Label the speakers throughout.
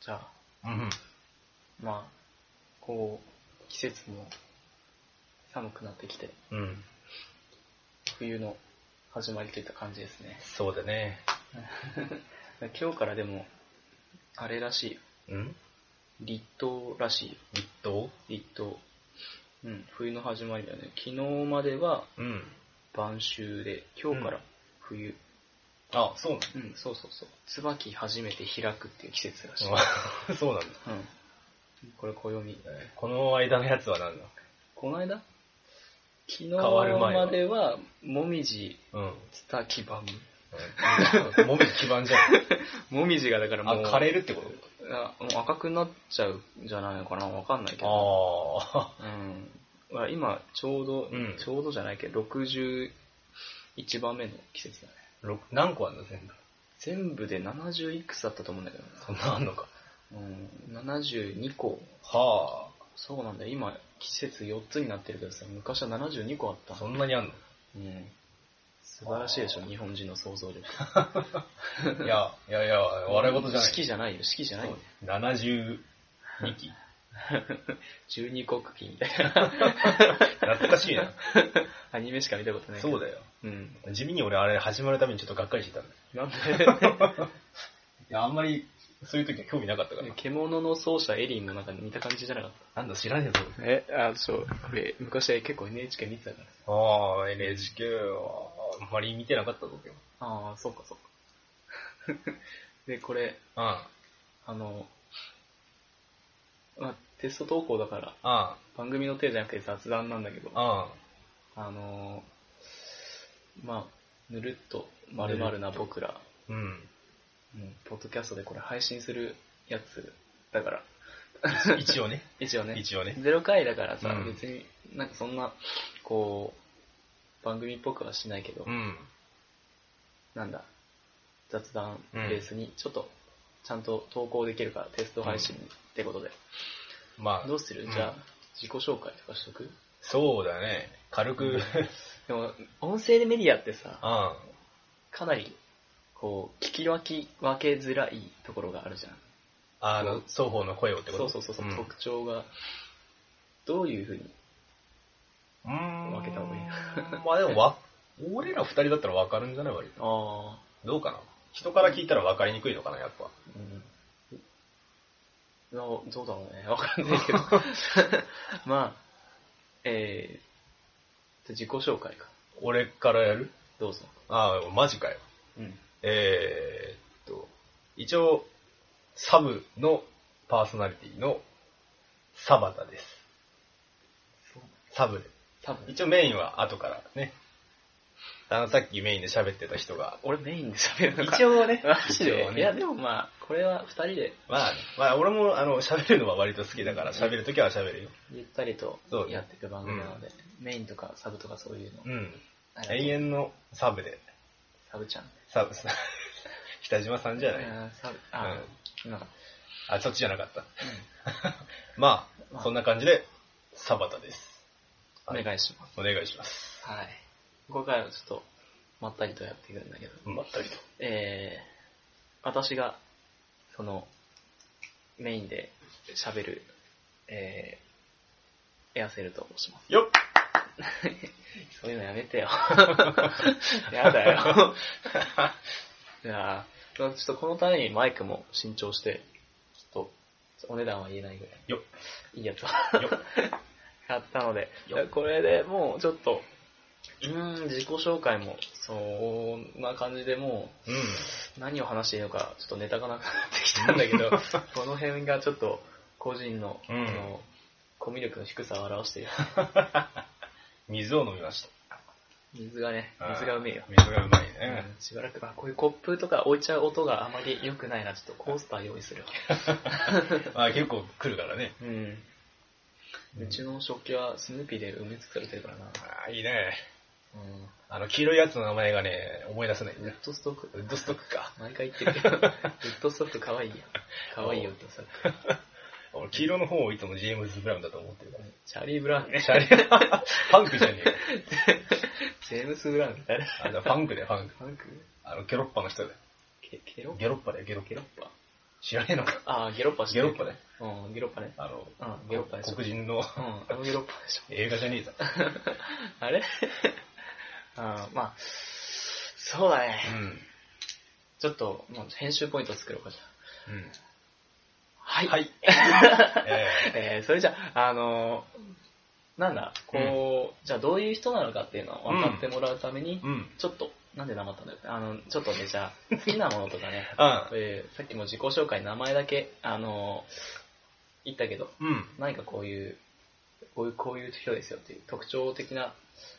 Speaker 1: さ、
Speaker 2: うん。
Speaker 1: まあ、こう、季節も寒くなってきて、
Speaker 2: うん。
Speaker 1: 冬の始まりといった感じです ね。
Speaker 2: そうだね。
Speaker 1: 今日からでも、あれらしいよ。
Speaker 2: うん
Speaker 1: 立冬らしいよ。
Speaker 2: 立冬
Speaker 1: 立冬。うん、冬の始まりだよね。昨日までは
Speaker 2: うん。
Speaker 1: 晩秋で、今日から冬。
Speaker 2: あ、そうな
Speaker 1: うん、そうそうそう。椿初めて開くっていう季節らしい。
Speaker 2: のそうなんだ。
Speaker 1: うん。これ暦。
Speaker 2: この間のやつは何だ
Speaker 1: この間昨日
Speaker 2: わる前は
Speaker 1: までは、もみじ、
Speaker 2: うん。
Speaker 1: ツタキバム。
Speaker 2: もみじ基盤じゃ
Speaker 1: もみじがだからも
Speaker 2: ん。
Speaker 1: う
Speaker 2: あ、枯れるってこ
Speaker 1: あもう赤くなっちゃうんじゃないのかなわかんないけど。
Speaker 2: とあ
Speaker 1: うん、まあ今、ちょうど、
Speaker 2: うん
Speaker 1: ちょうどじゃないけど、61番目の季節だね。
Speaker 2: あ。ろ何個あんの全部。
Speaker 1: 全部で70いくつだったと思うんだけど
Speaker 2: そんなあんのか。
Speaker 1: な。うん、72個。
Speaker 2: は
Speaker 1: そうなんだよ。今、季節4つになってるけどさ、昔は72個あった
Speaker 2: あ。そんなにあん
Speaker 1: うん。素晴らしいでしょ、
Speaker 2: あー
Speaker 1: 日本人の想像力。
Speaker 2: のいや、いやいや、笑い事じゃない。
Speaker 1: 四季じゃないよ、四季じゃないよ。
Speaker 2: 72期。
Speaker 1: 12国旗みたいな。
Speaker 2: 懐かしいな。
Speaker 1: アニメしか見たことないけ
Speaker 2: そ
Speaker 1: ど。
Speaker 2: うだよ。
Speaker 1: うん。
Speaker 2: 地味に俺あれ始まるためにちょっとがっかりしてたんだよ。
Speaker 1: なんで
Speaker 2: いや、あんまりそういう時は興味なかったから。
Speaker 1: 獣の奏者エリンの中に似た感じじゃなかっ
Speaker 2: なんだ知らねえぞ。
Speaker 1: たえ、あ、そう、これ、昔は結構 NHK 見てたから。
Speaker 2: ああ、NHK はあんまり見てなかったぞ、今
Speaker 1: ああ、そうかそうか。 で、これ、
Speaker 2: うん。
Speaker 1: あの、まあ、テスト投稿だから、
Speaker 2: あ
Speaker 1: 番組の手じゃなくて雑談なんだけど、あ
Speaker 2: あ、
Speaker 1: のー、まあ、ぬるっと丸々な僕ら、
Speaker 2: うん。うん。
Speaker 1: うん、ポッドキャストでこれ配信するやつだから、
Speaker 2: 一応ね。
Speaker 1: 一応ね、
Speaker 2: 一応ね。
Speaker 1: ゼロ回だからさ、
Speaker 2: うん
Speaker 1: 別になんかそんな、こう、番組っぽくはしないけど、
Speaker 2: うん。
Speaker 1: なんだ、雑談ベースに、ちょっと、ちゃんと投稿できるから、テスト配信ってことで。
Speaker 2: まあ
Speaker 1: ど、うする
Speaker 2: うん
Speaker 1: じゃあ、自己紹介とかしとく
Speaker 2: そうだね。軽
Speaker 1: う
Speaker 2: く
Speaker 1: ん、でも、音声メディアってさ、
Speaker 2: あ
Speaker 1: かなり、こう、聞き分け分けづらいところがあるじゃん。
Speaker 2: あ、あ
Speaker 1: そう
Speaker 2: の、双方の声をってこ
Speaker 1: そ
Speaker 2: と
Speaker 1: うそうそうそう、
Speaker 2: ん
Speaker 1: 特徴が、どういうふうに、
Speaker 2: うーん。
Speaker 1: 分けた方がいい
Speaker 2: まあでも、わ、俺ら二人だったら分かるんじゃない割と。
Speaker 1: ああ、
Speaker 2: どうかな。人から聞いたら分かりにくいのかな、やっぱ。
Speaker 1: うん。どうどうだろうね。 わかんない けど。まあ、えー、じゃあ自己紹介か。
Speaker 2: 俺からやる
Speaker 1: どうぞ。
Speaker 2: ああ、マジかよ。
Speaker 1: うん。
Speaker 2: えー、っと、一応、サブのパーソナリティのサバタです。
Speaker 1: そう
Speaker 2: サブで。
Speaker 1: 多分。
Speaker 2: 一応メインは後からね。あの、さっきメインで喋ってた人が。
Speaker 1: 俺メインで喋るのか。。
Speaker 2: 一応ね
Speaker 1: マジで、
Speaker 2: 一応
Speaker 1: いや、
Speaker 2: ね。
Speaker 1: でもまあ、これは二人で、
Speaker 2: まあ、まあ、俺も、あの、喋るのは割と好きだから、喋るときは喋るよ。
Speaker 1: ゆったりと
Speaker 2: そうね
Speaker 1: やっていく番組なので、メインとかサブとかそういうの。
Speaker 2: うん。
Speaker 1: あの
Speaker 2: 永遠のサブで。
Speaker 1: サブちゃん。
Speaker 2: サブ、 北島さんじゃない。
Speaker 1: あーサブ、あー、なんか、
Speaker 2: あ、そっちじゃなかった。 ま
Speaker 1: ま
Speaker 2: あ
Speaker 1: あ、
Speaker 2: そんな感じで、サバタです。
Speaker 1: うん。お願いします。
Speaker 2: お願いします。
Speaker 1: はい。今回はちょっと、まったりとやっていくんだけど。
Speaker 2: まったりと。
Speaker 1: えー、私が、その、メインで喋る、えー、エアセルと申します。
Speaker 2: よっ
Speaker 1: そういうのやめ てよ。やだよ。いやーちょっとこのためにマイクも新調して、ちょっと、お値段は言えないぐらい。
Speaker 2: よっ
Speaker 1: いいやつを
Speaker 2: よっ
Speaker 1: 買ったので
Speaker 2: よっ、
Speaker 1: これでもうちょっと、うーん、自己紹介も、そんな感じでもう、
Speaker 2: う
Speaker 1: 何を話していいのか、ちょっとネタがなくなってきたんだけど、この辺がちょっと個人の、
Speaker 2: うん
Speaker 1: あの、コミュ力の低さを表している。
Speaker 2: ん。水を飲みまし
Speaker 1: 水がね、
Speaker 2: た。
Speaker 1: 水がうめえよ。
Speaker 2: あー。水がうまいね。
Speaker 1: うんしばらく、あ、こういうコップとか置いちゃう音があまり良くないな、ちょっとコースター用意するわ。
Speaker 2: まあ結構来るからね。
Speaker 1: うん。うちの食器はスヌーピーで埋め尽くされてるからな。
Speaker 2: ああ、いいね。
Speaker 1: うん。
Speaker 2: あの、黄色いやつの名前がね、思い出せないん
Speaker 1: ウッ
Speaker 2: だよ。
Speaker 1: ドストック
Speaker 2: ウ。ッドストックか。
Speaker 1: 毎回言ってるけ ど、ウッドストックかわいいよ。かわいいよ、ウッドストック。
Speaker 2: 俺、黄色の方をいつもジェームズ・ブラウンだと思って るから。
Speaker 1: チャーリー・ブラウンね。
Speaker 2: シャレ、パンクじゃねえよ。
Speaker 1: ジェームス・ブラウンみたいな。
Speaker 2: あ、じゃあパンクだよ、パンク。
Speaker 1: ファンク
Speaker 2: あの、ゲロッパの人だよ。
Speaker 1: ケケロ
Speaker 2: ゲロッパだよ、ゲロッ
Speaker 1: ケロッパ
Speaker 2: 知らねえのか。
Speaker 1: ああ、ゲロッパして
Speaker 2: ゲ
Speaker 1: る
Speaker 2: ロッパね。
Speaker 1: うん、ゲロッパね。
Speaker 2: あの、
Speaker 1: うん、ゲロッパでしょ。
Speaker 2: 黒人の
Speaker 1: うん、あのゲロッパでしょ。
Speaker 2: 映画じゃねえぞ。
Speaker 1: あれ あーまあ、そうだね。
Speaker 2: う
Speaker 1: ちょっと、もう編集ポイント作ろうか、じゃあ。
Speaker 2: ん。うん。
Speaker 1: はい。
Speaker 2: はい。え
Speaker 1: えー、それじゃあ、あのーなんだ、こう、じゃあどういう人なのかっていうのを分かってもらうために、
Speaker 2: ーうん。
Speaker 1: ちょっと、なんでなかったんだよ。あの、ちょっとね、じゃあ、好きなものとかね、
Speaker 2: あ
Speaker 1: えーさっきも自己紹介、名前だけ、あのー言ったけど、
Speaker 2: うん。
Speaker 1: 何かこういう、こういう、こういう人ですよっていう特徴的な、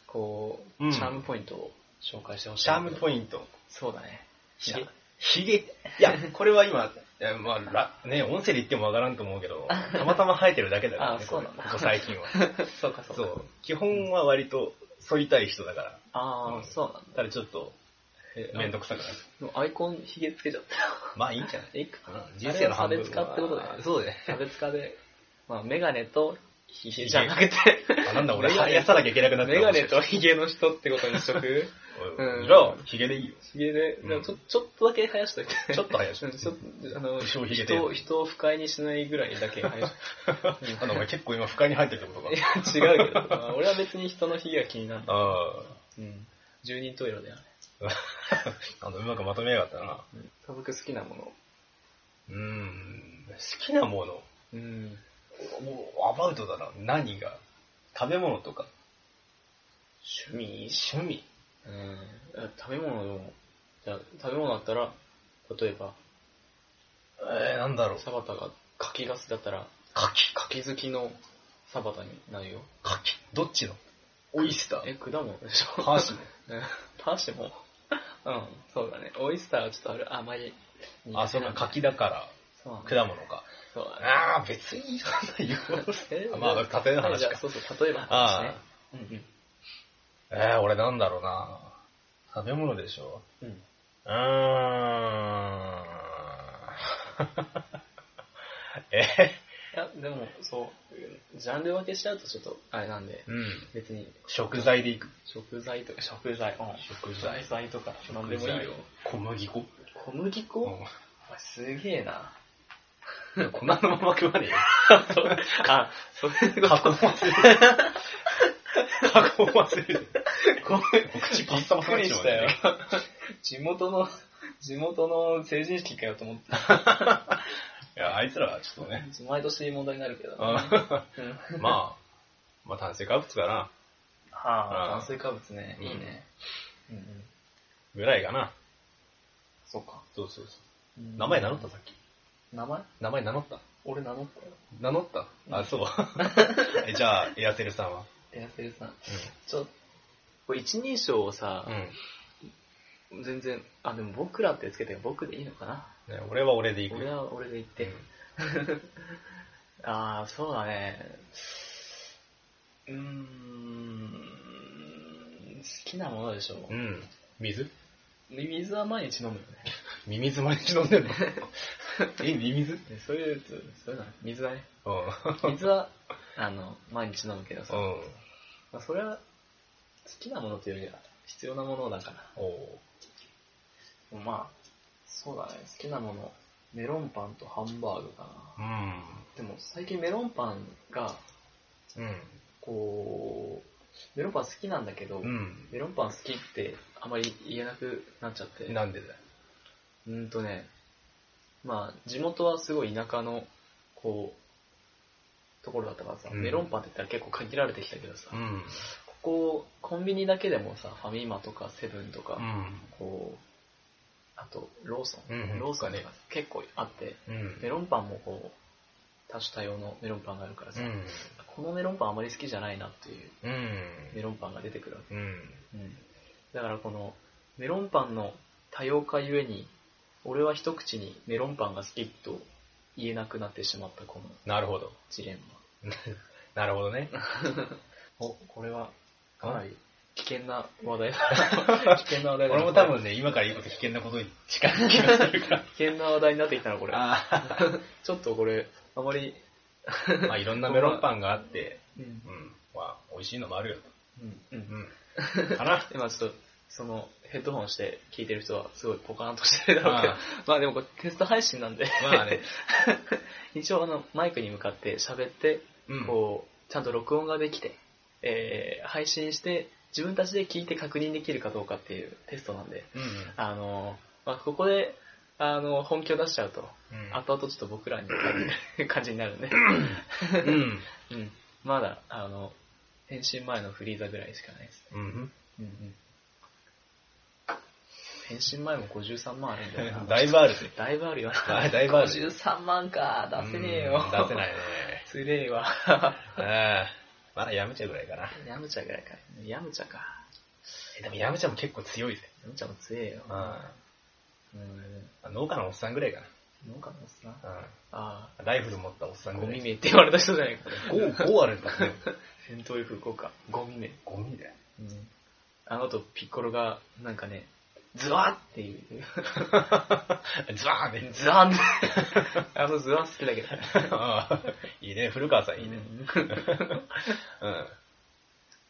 Speaker 1: こ
Speaker 2: うん
Speaker 1: う、チャームポイントを紹介してほしい。
Speaker 2: チャームポ
Speaker 1: ント。
Speaker 2: イント。
Speaker 1: そうだね。 チ
Speaker 2: ひ
Speaker 1: ャ
Speaker 2: げ。ひげ。いや、これは今、いやまあら、ね、音声で言ってもわからんと思うけど、たまたま生えてるだけだから
Speaker 1: あ
Speaker 2: ね、これ
Speaker 1: そうなんだ
Speaker 2: ここ最近は。
Speaker 1: そう か、そう
Speaker 2: そ
Speaker 1: か。
Speaker 2: う。基本は割と、剃りたい人だから。
Speaker 1: ああ、そうなんだ。
Speaker 2: ただちょっと、
Speaker 1: え
Speaker 2: めんどくさくなる。
Speaker 1: もうアイコンひげつけちゃっ
Speaker 2: まあいいんじゃない
Speaker 1: た。いくか
Speaker 2: うん人生の半分
Speaker 1: あれは差別化ってことだよね
Speaker 2: そうだね。
Speaker 1: 差別化で、まあ、メガネとひげじゃな くて、
Speaker 2: あ、なんだ俺、
Speaker 1: メガ
Speaker 2: 生
Speaker 1: ネ
Speaker 2: やさなきゃいけなくなった。
Speaker 1: メガネとひげの人ってことにしと く
Speaker 2: う。
Speaker 1: うんん
Speaker 2: じゃあ、ヒゲで いいよ。
Speaker 1: ひげで、でもちょちょっとだけ生やしといて。
Speaker 2: ちょっと生やしと
Speaker 1: うん
Speaker 2: い て
Speaker 1: ちょっと、あの、
Speaker 2: 不祥ひげで
Speaker 1: 人を、人を不快にしないぐらいだけ生やし
Speaker 2: あの、お前結構今、不快に入ってるってことか
Speaker 1: とい。て。いや、違うけど、まあ俺は別に人のひげは気にならない。
Speaker 2: あ
Speaker 1: うん。十人十色だよね。
Speaker 2: あ。あの、うまくまとめやがったな。
Speaker 1: 家族好きなもの。
Speaker 2: うん。好きなもの。
Speaker 1: うん。
Speaker 2: もう、アバウトだな。何が。食べ物とか。
Speaker 1: 趣味
Speaker 2: 趣味。
Speaker 1: うん。食べ物でも、じゃあ食べ物だったら、例えば、
Speaker 2: えー、なんだろう。
Speaker 1: サバタが柿が好きだったら、
Speaker 2: 牡蠣。
Speaker 1: 柿好きのサバタになるよ。
Speaker 2: 牡蠣。どっちのオイスター。
Speaker 1: え、果物でしょ
Speaker 2: ハーシ
Speaker 1: うん パーシも、うん、そうだね。オイスターはちょっとある、あまり苦手なんだ。
Speaker 2: あ、そうか、牡蠣だから、
Speaker 1: そうなんだ。
Speaker 2: 果物か。
Speaker 1: そうだね。
Speaker 2: ああ、別にいらないよ。
Speaker 1: え
Speaker 2: まあ、例えの
Speaker 1: はいじ
Speaker 2: 話
Speaker 1: ゃあ
Speaker 2: か。
Speaker 1: そうそう、例えばの話ね
Speaker 2: あ。
Speaker 1: うん
Speaker 2: あ。えー、俺なんだろうな。食べ物でしょ。
Speaker 1: うん。うん。
Speaker 2: うーん。 え
Speaker 1: いや、でも、そう、ジャンル分けしちゃうとちょっと、あれなんで、
Speaker 2: うん。
Speaker 1: 別に、
Speaker 2: 食材でいく。
Speaker 1: 食材とか、食材、うん。
Speaker 2: 食
Speaker 1: 食材とか、
Speaker 2: 食材
Speaker 1: なんでもいいよ。
Speaker 2: 小麦粉、
Speaker 1: 小麦粉、お前すげえ な。
Speaker 2: うん、粉のまま食わねえよ。
Speaker 1: あ、そういうこ
Speaker 2: 加
Speaker 1: と。
Speaker 2: 工忘れる。 加工忘れる。お口パッサパサ
Speaker 1: びっく
Speaker 2: に
Speaker 1: り
Speaker 2: なっ
Speaker 1: し
Speaker 2: ち
Speaker 1: た
Speaker 2: ゃう
Speaker 1: よ
Speaker 2: ね。
Speaker 1: 地元の、地元の成人式かよと思って。
Speaker 2: いや、あいつらはちょっとね。
Speaker 1: 毎年問題になるけど。
Speaker 2: うん
Speaker 1: うん
Speaker 2: まあ、まあ炭水化物かな。
Speaker 1: は
Speaker 2: う
Speaker 1: あ、
Speaker 2: ん
Speaker 1: 炭水化物ね。
Speaker 2: うん
Speaker 1: いいね。うんうん。
Speaker 2: ぐらいかな。
Speaker 1: そうか。
Speaker 2: そうそうそう。名前名乗ったさっき。
Speaker 1: 名前
Speaker 2: 名前名乗った
Speaker 1: 俺名乗ったよ。
Speaker 2: 名乗ったあ、 そう。えじゃあ、エアセルさんは。
Speaker 1: エアセルさん。ちょ、これ一人称をさ
Speaker 2: う、ん。うん
Speaker 1: 全然、あ、でも僕らってつけて僕でいいのかな。
Speaker 2: ね、俺は俺で行く。
Speaker 1: 俺は俺で言っ
Speaker 2: う
Speaker 1: て
Speaker 2: ん。
Speaker 1: ああ、そうだね。うーん、好きなものでしょう
Speaker 2: う。ん。水
Speaker 1: 水は毎日飲むよね。
Speaker 2: ミミズ毎日飲んでんの え、ミミズうん。
Speaker 1: でそういうやつ、そういうの水だね。水は、あの、毎日飲むけどさ。
Speaker 2: うん。
Speaker 1: まあ、それは、好きなものというよりは、必要なものだから。
Speaker 2: おう
Speaker 1: もうまあ、そうだね、好きなもの、メロンパンとハンバーグかな。
Speaker 2: うん。
Speaker 1: でも、最近メロンパンが、
Speaker 2: うん。
Speaker 1: こう、メロンパン好きなんだけど、
Speaker 2: うん。
Speaker 1: メロンパン好きってあまり言えなくなっちゃって。
Speaker 2: なんでだよ。
Speaker 1: うーんとね、まあ、地元はすごい田舎の、こう、ところだったからさ、
Speaker 2: うん
Speaker 1: メロンパンって言ったら結構限られてきたけどさ、
Speaker 2: ん。
Speaker 1: ここ、コンビニだけでもさ、ファミマとかセブンとか、
Speaker 2: うん。
Speaker 1: こう、あと、ローソン。
Speaker 2: うんうん
Speaker 1: ローソンとか結構あって、
Speaker 2: うん。
Speaker 1: メロンパンもこう、多種多様のメロンパンがあるからさ、
Speaker 2: うん。
Speaker 1: このメロンパンあまり好きじゃないなっていう
Speaker 2: うん。
Speaker 1: メロンパンが出てくるわけ。
Speaker 2: うん。
Speaker 1: だからこの、メロンパンの多様化ゆえに、俺は一口にメロンパンが好きと言えなくなってしまったこの
Speaker 2: なるほど。
Speaker 1: ジレン
Speaker 2: なるほどね。
Speaker 1: マ。お、これはかなり危険な話題 だ。危険な話題だ。
Speaker 2: 俺も多分ね、今から言うこと危険なことに近い気がするから。
Speaker 1: 危険な話題になってきたな、これ。
Speaker 2: あ
Speaker 1: ちょっとこれ、あまり、
Speaker 2: あ。まあいろんなメロンパンがあって、
Speaker 1: うん
Speaker 2: うん。まあ、美味しいのもあるよ。
Speaker 1: うん、う。
Speaker 2: うんん。かな。
Speaker 1: 今ちょっと、そのヘッドホンして聞いてる人はすごいポカーンとしてるだろうけど、
Speaker 2: あ
Speaker 1: まあでもこれテスト配信なんで、
Speaker 2: まあね
Speaker 1: 一応あのマイクに向かって喋って、
Speaker 2: うん
Speaker 1: こう、ちゃんと録音ができて、えー配信して自分たちで聞いて確認できるかどうかっていうテストなんで、
Speaker 2: うん
Speaker 1: あの、まあ、ここで、あの、本気を出しちゃうと、
Speaker 2: うん
Speaker 1: 後々ちょっと僕らに 感じになるん で、
Speaker 2: うん
Speaker 1: うん。まだ、あの、返信前のフリーザぐらいしかないです。
Speaker 2: う
Speaker 1: う
Speaker 2: ん。
Speaker 1: んうん。返信前も53万あるんだよな
Speaker 2: だいぶあるね。
Speaker 1: だいぶあるよ
Speaker 2: だ
Speaker 1: な。
Speaker 2: いだいぶある
Speaker 1: 53万か、出せねえよ。
Speaker 2: うん出せないね。
Speaker 1: つれ えわ。
Speaker 2: ああまだやむちゃぐらいかな。
Speaker 1: ヤムチャぐらいか。ヤムチャか。
Speaker 2: えでもやむちゃも結構強いぜ。
Speaker 1: ヤムチャも強えよ。
Speaker 2: あ
Speaker 1: うん。
Speaker 2: あ農家のおっさんぐらいか
Speaker 1: 農家のおっさん。
Speaker 2: な。
Speaker 1: あ
Speaker 2: うんライフル持ったおっさ
Speaker 1: あ、
Speaker 2: ん
Speaker 1: ゴ
Speaker 2: ぐら
Speaker 1: ミ
Speaker 2: い。
Speaker 1: 名って言われた人じゃないか。
Speaker 2: 5、5あるんだね。
Speaker 1: 戦闘力5か。ゴミ名。
Speaker 2: ゴミだよ。
Speaker 1: あのとピッコロが、なんかね、ズワッっていう。
Speaker 2: ズバーンね。
Speaker 1: ズワン あのズワッ好きだけど。
Speaker 2: ああいいね、古川さ んいいね。
Speaker 1: うん
Speaker 2: うん。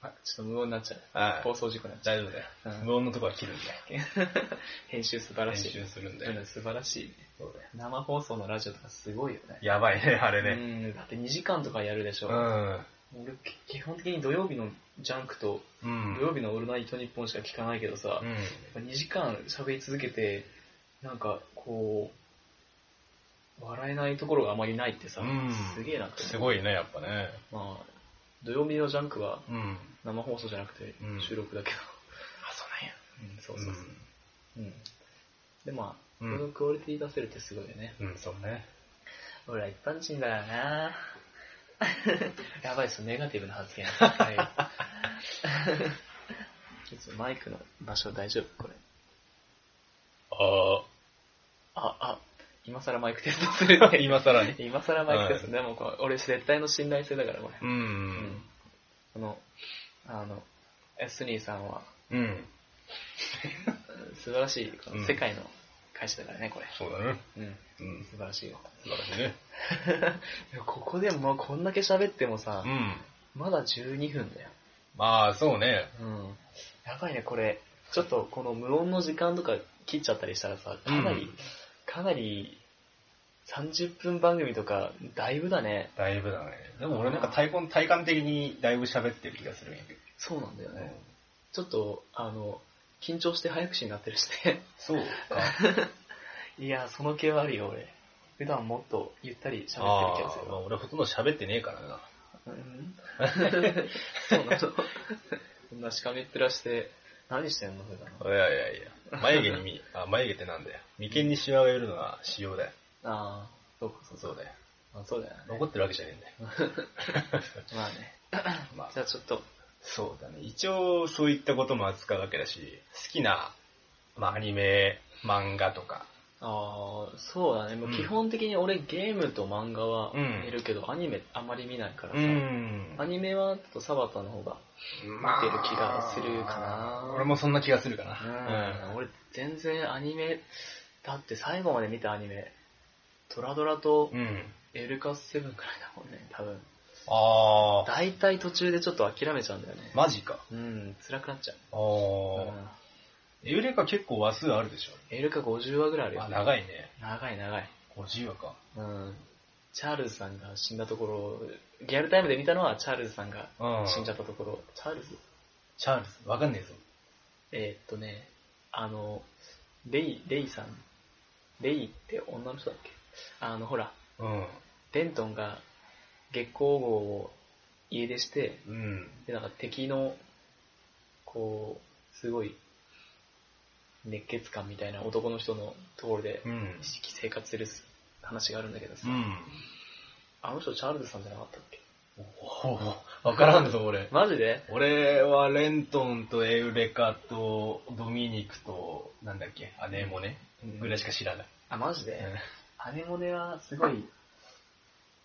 Speaker 1: あちょっと無音になっちゃ
Speaker 2: は
Speaker 1: う。
Speaker 2: い
Speaker 1: 放送事故になっちゃ
Speaker 2: 大丈夫だよ
Speaker 1: うん。
Speaker 2: 無音のとこは切るんだよ。
Speaker 1: う。 編集素晴ら
Speaker 2: 練
Speaker 1: しい。
Speaker 2: 習するんだよ
Speaker 1: う。ん素晴らしい。
Speaker 2: そうだよ。
Speaker 1: 生放送のラジオとかすごいよね。
Speaker 2: やばいね、あれね。
Speaker 1: うん、だって2時間とかやるでし
Speaker 2: う
Speaker 1: ょ。
Speaker 2: ん。
Speaker 1: 俺、き基本的に土曜日のジャンクと、
Speaker 2: うん。
Speaker 1: 土曜日のオールナイトニッポンしか聞かないけどさ、
Speaker 2: うん。
Speaker 1: 2時間喋り続けて、なんかこう、笑えないところがあまりないってさ、
Speaker 2: うん
Speaker 1: すげえなって
Speaker 2: す
Speaker 1: 思う。
Speaker 2: ごいね、やっぱね。
Speaker 1: まあ、土曜日のジャンクは
Speaker 2: うん。
Speaker 1: 生放送じゃなくて
Speaker 2: うん
Speaker 1: 収録だけど、
Speaker 2: あ、そうなんや。
Speaker 1: うん、そううそうそう。
Speaker 2: ん
Speaker 1: うんで、まあ、
Speaker 2: うん
Speaker 1: このクオリティ出せるってすごいよね。
Speaker 2: うん、そうね。
Speaker 1: 俺は一般人だから なやばいっす、ネガティブな発言。はい。ちょっとマイクの場所大丈夫これ。
Speaker 2: あ
Speaker 1: あ、あ、今更マイクテストするっ
Speaker 2: あ。
Speaker 1: て。
Speaker 2: 今更に。
Speaker 1: 今更マイクテスト。でもこれ、俺絶対の信頼性だから、こ
Speaker 2: う
Speaker 1: れ。
Speaker 2: ん。
Speaker 1: あの、あの、S ニーさんは、
Speaker 2: うん。
Speaker 1: 素晴らしい、こ
Speaker 2: う
Speaker 1: の
Speaker 2: ん
Speaker 1: 世界の会社だからね、これ。
Speaker 2: そうだね。
Speaker 1: うん。
Speaker 2: うん。
Speaker 1: 素晴らしいよ。
Speaker 2: 素晴らしいね。
Speaker 1: いや ここでもうこんだけ喋ってもさ
Speaker 2: う、ん。
Speaker 1: まだ12分だよ。
Speaker 2: まあ、そうね。
Speaker 1: うん。やばいね、これ。ちょっとこの無音の時間とか切っちゃったりしたらさ、かなり、
Speaker 2: うん
Speaker 1: かなり、30分番組とか、だいぶだね。
Speaker 2: だいぶだね。でも俺なんか体感体感的にだいぶ喋ってる気がするんやけど。
Speaker 1: そうなんだよね。ちょっと、あの、緊張して早口になってるしね。
Speaker 2: そうか。
Speaker 1: いや、その気はあるよ、俺。普段もっとゆったり喋
Speaker 2: あ
Speaker 1: ってる気がす
Speaker 2: あ、まあ俺ほとんど喋ってねえからな。
Speaker 1: る。うん そうなの。こんなしかめっ面して、何してんの、普段。
Speaker 2: いやいやいや。眉毛にみ、あ、眉毛ってなんだよ。眉間にシワがいるのは仕様だよ。
Speaker 1: ああ、そうか、そう
Speaker 2: そうだよ。
Speaker 1: あそうだよね。
Speaker 2: 残ってるわけじゃねえんだよ。
Speaker 1: まあね。
Speaker 2: まあ
Speaker 1: じゃあちょっと、
Speaker 2: そうだね。一応、そういったことも扱うわけだし、好きな、まあ、アニメ、漫画とか。
Speaker 1: ああ、そうだね。もううん基本的に俺ゲームと漫画は
Speaker 2: うん
Speaker 1: 見るけど、アニメあまり見ないからさ。
Speaker 2: ん
Speaker 1: アニメはちょっとサバタの方が。
Speaker 2: まあ
Speaker 1: 見てる気がするかな
Speaker 2: 俺もそんな気がするかな。
Speaker 1: 俺全然アニメ、だって最後まで見たアニメ、トラドラと
Speaker 2: うん。うん。
Speaker 1: エルカスセブンくらいだもんね、多分。
Speaker 2: ああ。
Speaker 1: だいたい途中でちょっと諦めちゃうんだよね。
Speaker 2: マジか。
Speaker 1: うん、辛くなっちゃう。
Speaker 2: あ
Speaker 1: うん
Speaker 2: あ。エウレカ結構話数あるでしょ。
Speaker 1: エルカ50話ぐらいあるよ
Speaker 2: あ、。長いね。
Speaker 1: 長い長い。
Speaker 2: 50話か。
Speaker 1: うん。チャールズさんが死んだところ、リアルタイムで見たのはチャールズさんが
Speaker 2: う
Speaker 1: 死んじゃ
Speaker 2: っ
Speaker 1: ったところ、チャールズ
Speaker 2: チャールズ。わかんねえぞ。
Speaker 1: えーっとね、あの、レイ、レイさん。レイって女の人だっけあの、ほら、
Speaker 2: うん。
Speaker 1: デントンが月光号を家出して、
Speaker 2: うん。
Speaker 1: で、なんか敵の、こう、すごい、熱血感みたいな男の人のところで
Speaker 2: う、ん
Speaker 1: 意。識生活する話があるんだけどさ、
Speaker 2: うん。
Speaker 1: あの人チャールズさんじゃなかったっけ
Speaker 2: おーわからんぞ、俺。
Speaker 1: マジで
Speaker 2: 俺はレントンとエウレカとドミニクと、なんだっけ、姉もね、ぐらいしか知らない。
Speaker 1: あ、マジで、アネモネはすごい、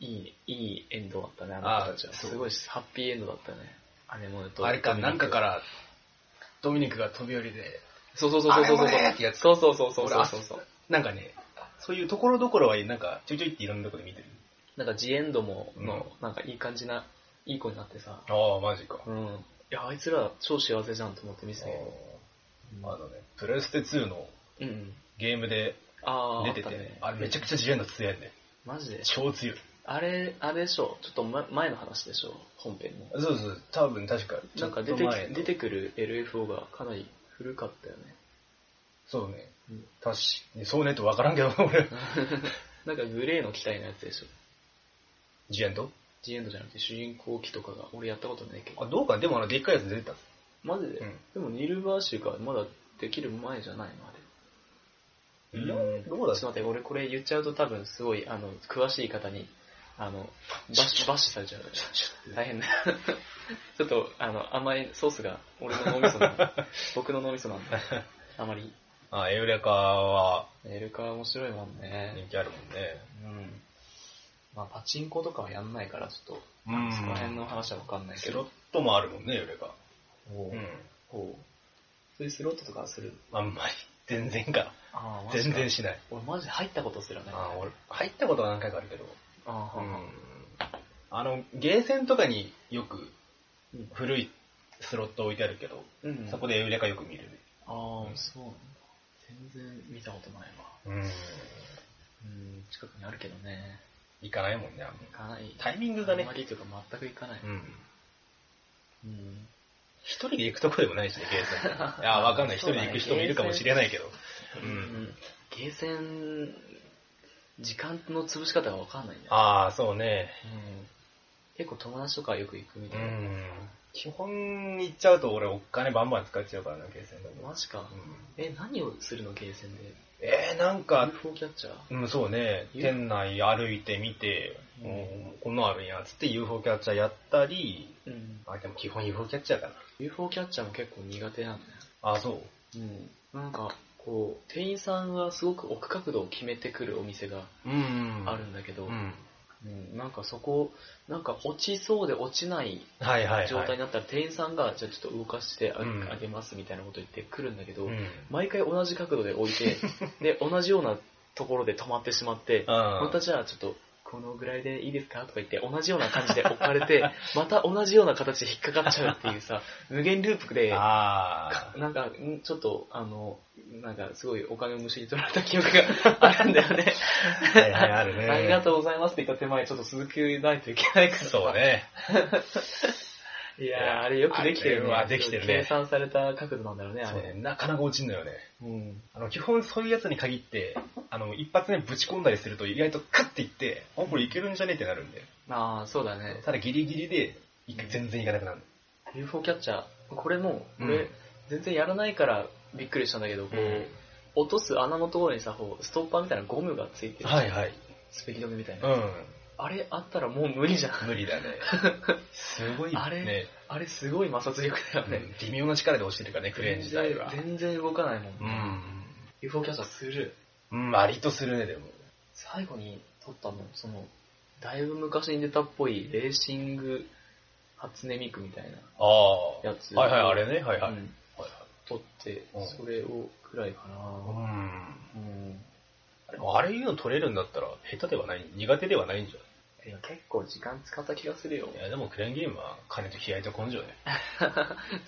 Speaker 1: いい、いいエンドだったね、あの人たちは。
Speaker 2: あそう
Speaker 1: すごいハッピーエンドだったね。アネモネと。
Speaker 2: あれ
Speaker 1: ド
Speaker 2: か、
Speaker 1: ミニク
Speaker 2: なんかから、ドミニクが飛び降りで、
Speaker 1: そうそうそうそうそう
Speaker 2: アネモネってやつ
Speaker 1: そう。そうそうそうそうそうそう。
Speaker 2: なんかね、そういうところどころは、なんか、ちょいちょいっていろんなとこで見てる。
Speaker 1: なんかジエンドも、
Speaker 2: うん
Speaker 1: の、なんかいい感じな、いい子になってさ。
Speaker 2: ああ、マジか。
Speaker 1: うん。いや、あいつら超幸せじゃんと思って見せたけど。
Speaker 2: あのね、プレステ2の
Speaker 1: うんうん。
Speaker 2: ゲームで
Speaker 1: ああ、
Speaker 2: 出てて、
Speaker 1: あ
Speaker 2: あ,、
Speaker 1: ったね
Speaker 2: れめちゃくちゃ自由の強いんで、
Speaker 1: マジで
Speaker 2: 超強い。
Speaker 1: あれ、あれでしょちょっとま前の話でしょ本編の。
Speaker 2: そうそう、多分確か、
Speaker 1: なんか出て
Speaker 2: ちょっ
Speaker 1: き
Speaker 2: と前の
Speaker 1: 出てくる LFO がかなり古かったよね。
Speaker 2: そうね
Speaker 1: うん。
Speaker 2: 確かに、そうねと分からんけど、 俺。
Speaker 1: なんかグレーの機体のやつでしょ。
Speaker 2: ジエンド
Speaker 1: G エンドじゃなくて主人公機とかが、俺やったことないけど。
Speaker 2: あ、どうかなでもあの、でっかいやつ出てた。
Speaker 1: マジで、
Speaker 2: うん
Speaker 1: でもニルバーシュがまだできる前じゃないのあれ。
Speaker 2: いや
Speaker 1: うん
Speaker 2: どうだ
Speaker 1: ちょっと待って、俺これ言っちゃうと多分すごい、あの、詳しい方に、あの、バッシュ、バッシュされちゃう。大変だ。ちょっと、あの、あんまりソースが、俺の脳みそなんで、僕の脳みそなんで、あまり、
Speaker 2: あ、エウレカは
Speaker 1: エルカは面白いもんね。
Speaker 2: 人気あるもんね。
Speaker 1: うん。まあ、パチンコとかはやんないから、ちょっと、
Speaker 2: うん
Speaker 1: その辺の話はわかんないけ
Speaker 2: スロ
Speaker 1: ど
Speaker 2: ッ。トもあるもんね、エウレカ。
Speaker 1: おう
Speaker 2: うん。
Speaker 1: おうそういうスロットとかはする
Speaker 2: あんまり、全然か。
Speaker 1: ああ
Speaker 2: 全然しない。
Speaker 1: 俺マジで入ったことすらない。
Speaker 2: あ、俺、入ったことは何回かあるけど、
Speaker 1: ああ、
Speaker 2: うんあの、ゲーセンとかによく
Speaker 1: うん
Speaker 2: 古いスロット置いてあるけど、
Speaker 1: うん。
Speaker 2: そこでエウレカよく見るね。
Speaker 1: ああ、そうなんだ。全然見たことないわ。
Speaker 2: うん。
Speaker 1: うん、近くにあるけどね。
Speaker 2: 行かないもんね、あんまり
Speaker 1: 行かない。
Speaker 2: タイミングがね
Speaker 1: あんまりというか全く行かない。
Speaker 2: うん。
Speaker 1: うん。
Speaker 2: 一人で行くとこでもないしね、ゲーセン。 いや、わかんない。一
Speaker 1: そう
Speaker 2: 人
Speaker 1: だね
Speaker 2: で行く人もいるかもしれないけど。うん。
Speaker 1: ゲーセン、時間の潰し方がわかんないね。
Speaker 2: ああ、そうね。
Speaker 1: うん。結構友達とかよく行くみ
Speaker 2: う
Speaker 1: たいな。
Speaker 2: ん。基本行っちゃうと俺お金バンバン使っちゃうからな、ゲーセンでも。
Speaker 1: マジか
Speaker 2: う。ん
Speaker 1: え、何をするのゲーセンで。
Speaker 2: えー、なんか、
Speaker 1: UFO キャッチャー
Speaker 2: うん、そうね。店内歩いてみて、
Speaker 1: うん
Speaker 2: うん、こんなんあるんや、つって UFO キャッチャーやったり、
Speaker 1: うん。
Speaker 2: あ、でも基本 UFO キャッチャーかな。
Speaker 1: UFO キャッチャーも結構苦手なんだよ。
Speaker 2: あ、そう。
Speaker 1: うん。なんか、こう、店員さんがすごく奥角度を決めてくるお店が
Speaker 2: うん
Speaker 1: あるんだけど、
Speaker 2: うん。
Speaker 1: うん、なんかそこ、なんか落ちそうで落ちない
Speaker 2: はいはいはい。
Speaker 1: 状態になったら店員さんが、じゃあちょっと動かしてあ
Speaker 2: うん
Speaker 1: あげますみたいなこと言ってくるんだけど、
Speaker 2: うん。
Speaker 1: 毎回同じ角度で置い て、で、同じようなところで止まってしまって、ま
Speaker 2: ま
Speaker 1: たじゃあちょっと、このぐらいでいいですかとか言って、同じような感じで置かれ て、また同じような形で引っかかっちゃうっていうさ、 無限ループで、
Speaker 2: ああ。
Speaker 1: なんか、んちょっと、あの、なんか、すごいお金を虫に取られた記憶が あるんだよね。
Speaker 2: はいはい、 あるね。
Speaker 1: ありがとうございますって言った手前、ちょっと続けないといけないから。
Speaker 2: そう。ね。
Speaker 1: いやー、あれよくできてる
Speaker 2: あれはできてるね
Speaker 1: 計算された角度なんだろうね、あ
Speaker 2: そう
Speaker 1: れ。
Speaker 2: ね、なかなか落ちんのよね。
Speaker 1: うん。
Speaker 2: あの、基本そういうやつに限って、あの、一発目ぶち込んだりすると意外とカッていって、あ、これいけるんじゃねえってなるんで。
Speaker 1: まあ、そうだね。
Speaker 2: ただギリギリで、いく全然いかなくなる。
Speaker 1: UFO キャッチャー。これも、俺、
Speaker 2: うん
Speaker 1: 全然やらないからびっくりしたんだけど、こう、落とす穴のところにさ、こう、ストッパーみたいなゴムがついてる。
Speaker 2: はいはい。
Speaker 1: スペキ止めみたいな。
Speaker 2: うん。
Speaker 1: あれあったらもう無理じゃん。
Speaker 2: 無理だ ね。すごい
Speaker 1: あれ
Speaker 2: ね。
Speaker 1: あれすごい摩擦力だよ
Speaker 2: う
Speaker 1: ね。
Speaker 2: ん微妙な力で落ちてるからね、クレーン自体は。
Speaker 1: 全然動かないもん。
Speaker 2: うん。
Speaker 1: UFO キャッチャーする。
Speaker 2: うん、割とするね、でも。
Speaker 1: 最後に撮ったの、その、だいぶ昔に出たっぽいレーシング初音ミクみたいな
Speaker 2: あ
Speaker 1: やつ。
Speaker 2: あ。はいはい、あれね。はいはい。
Speaker 1: う
Speaker 2: はい
Speaker 1: ん撮って
Speaker 2: うん、
Speaker 1: それをくらいかな。
Speaker 2: は
Speaker 1: う
Speaker 2: い。
Speaker 1: ん。
Speaker 2: でもあれいうの取れるんだったら、下手ではない、苦手ではないんじゃ
Speaker 1: いや結構時間使った気がするよ
Speaker 2: ん。い。や、でもクレーンゲームは金と気合と根性ね。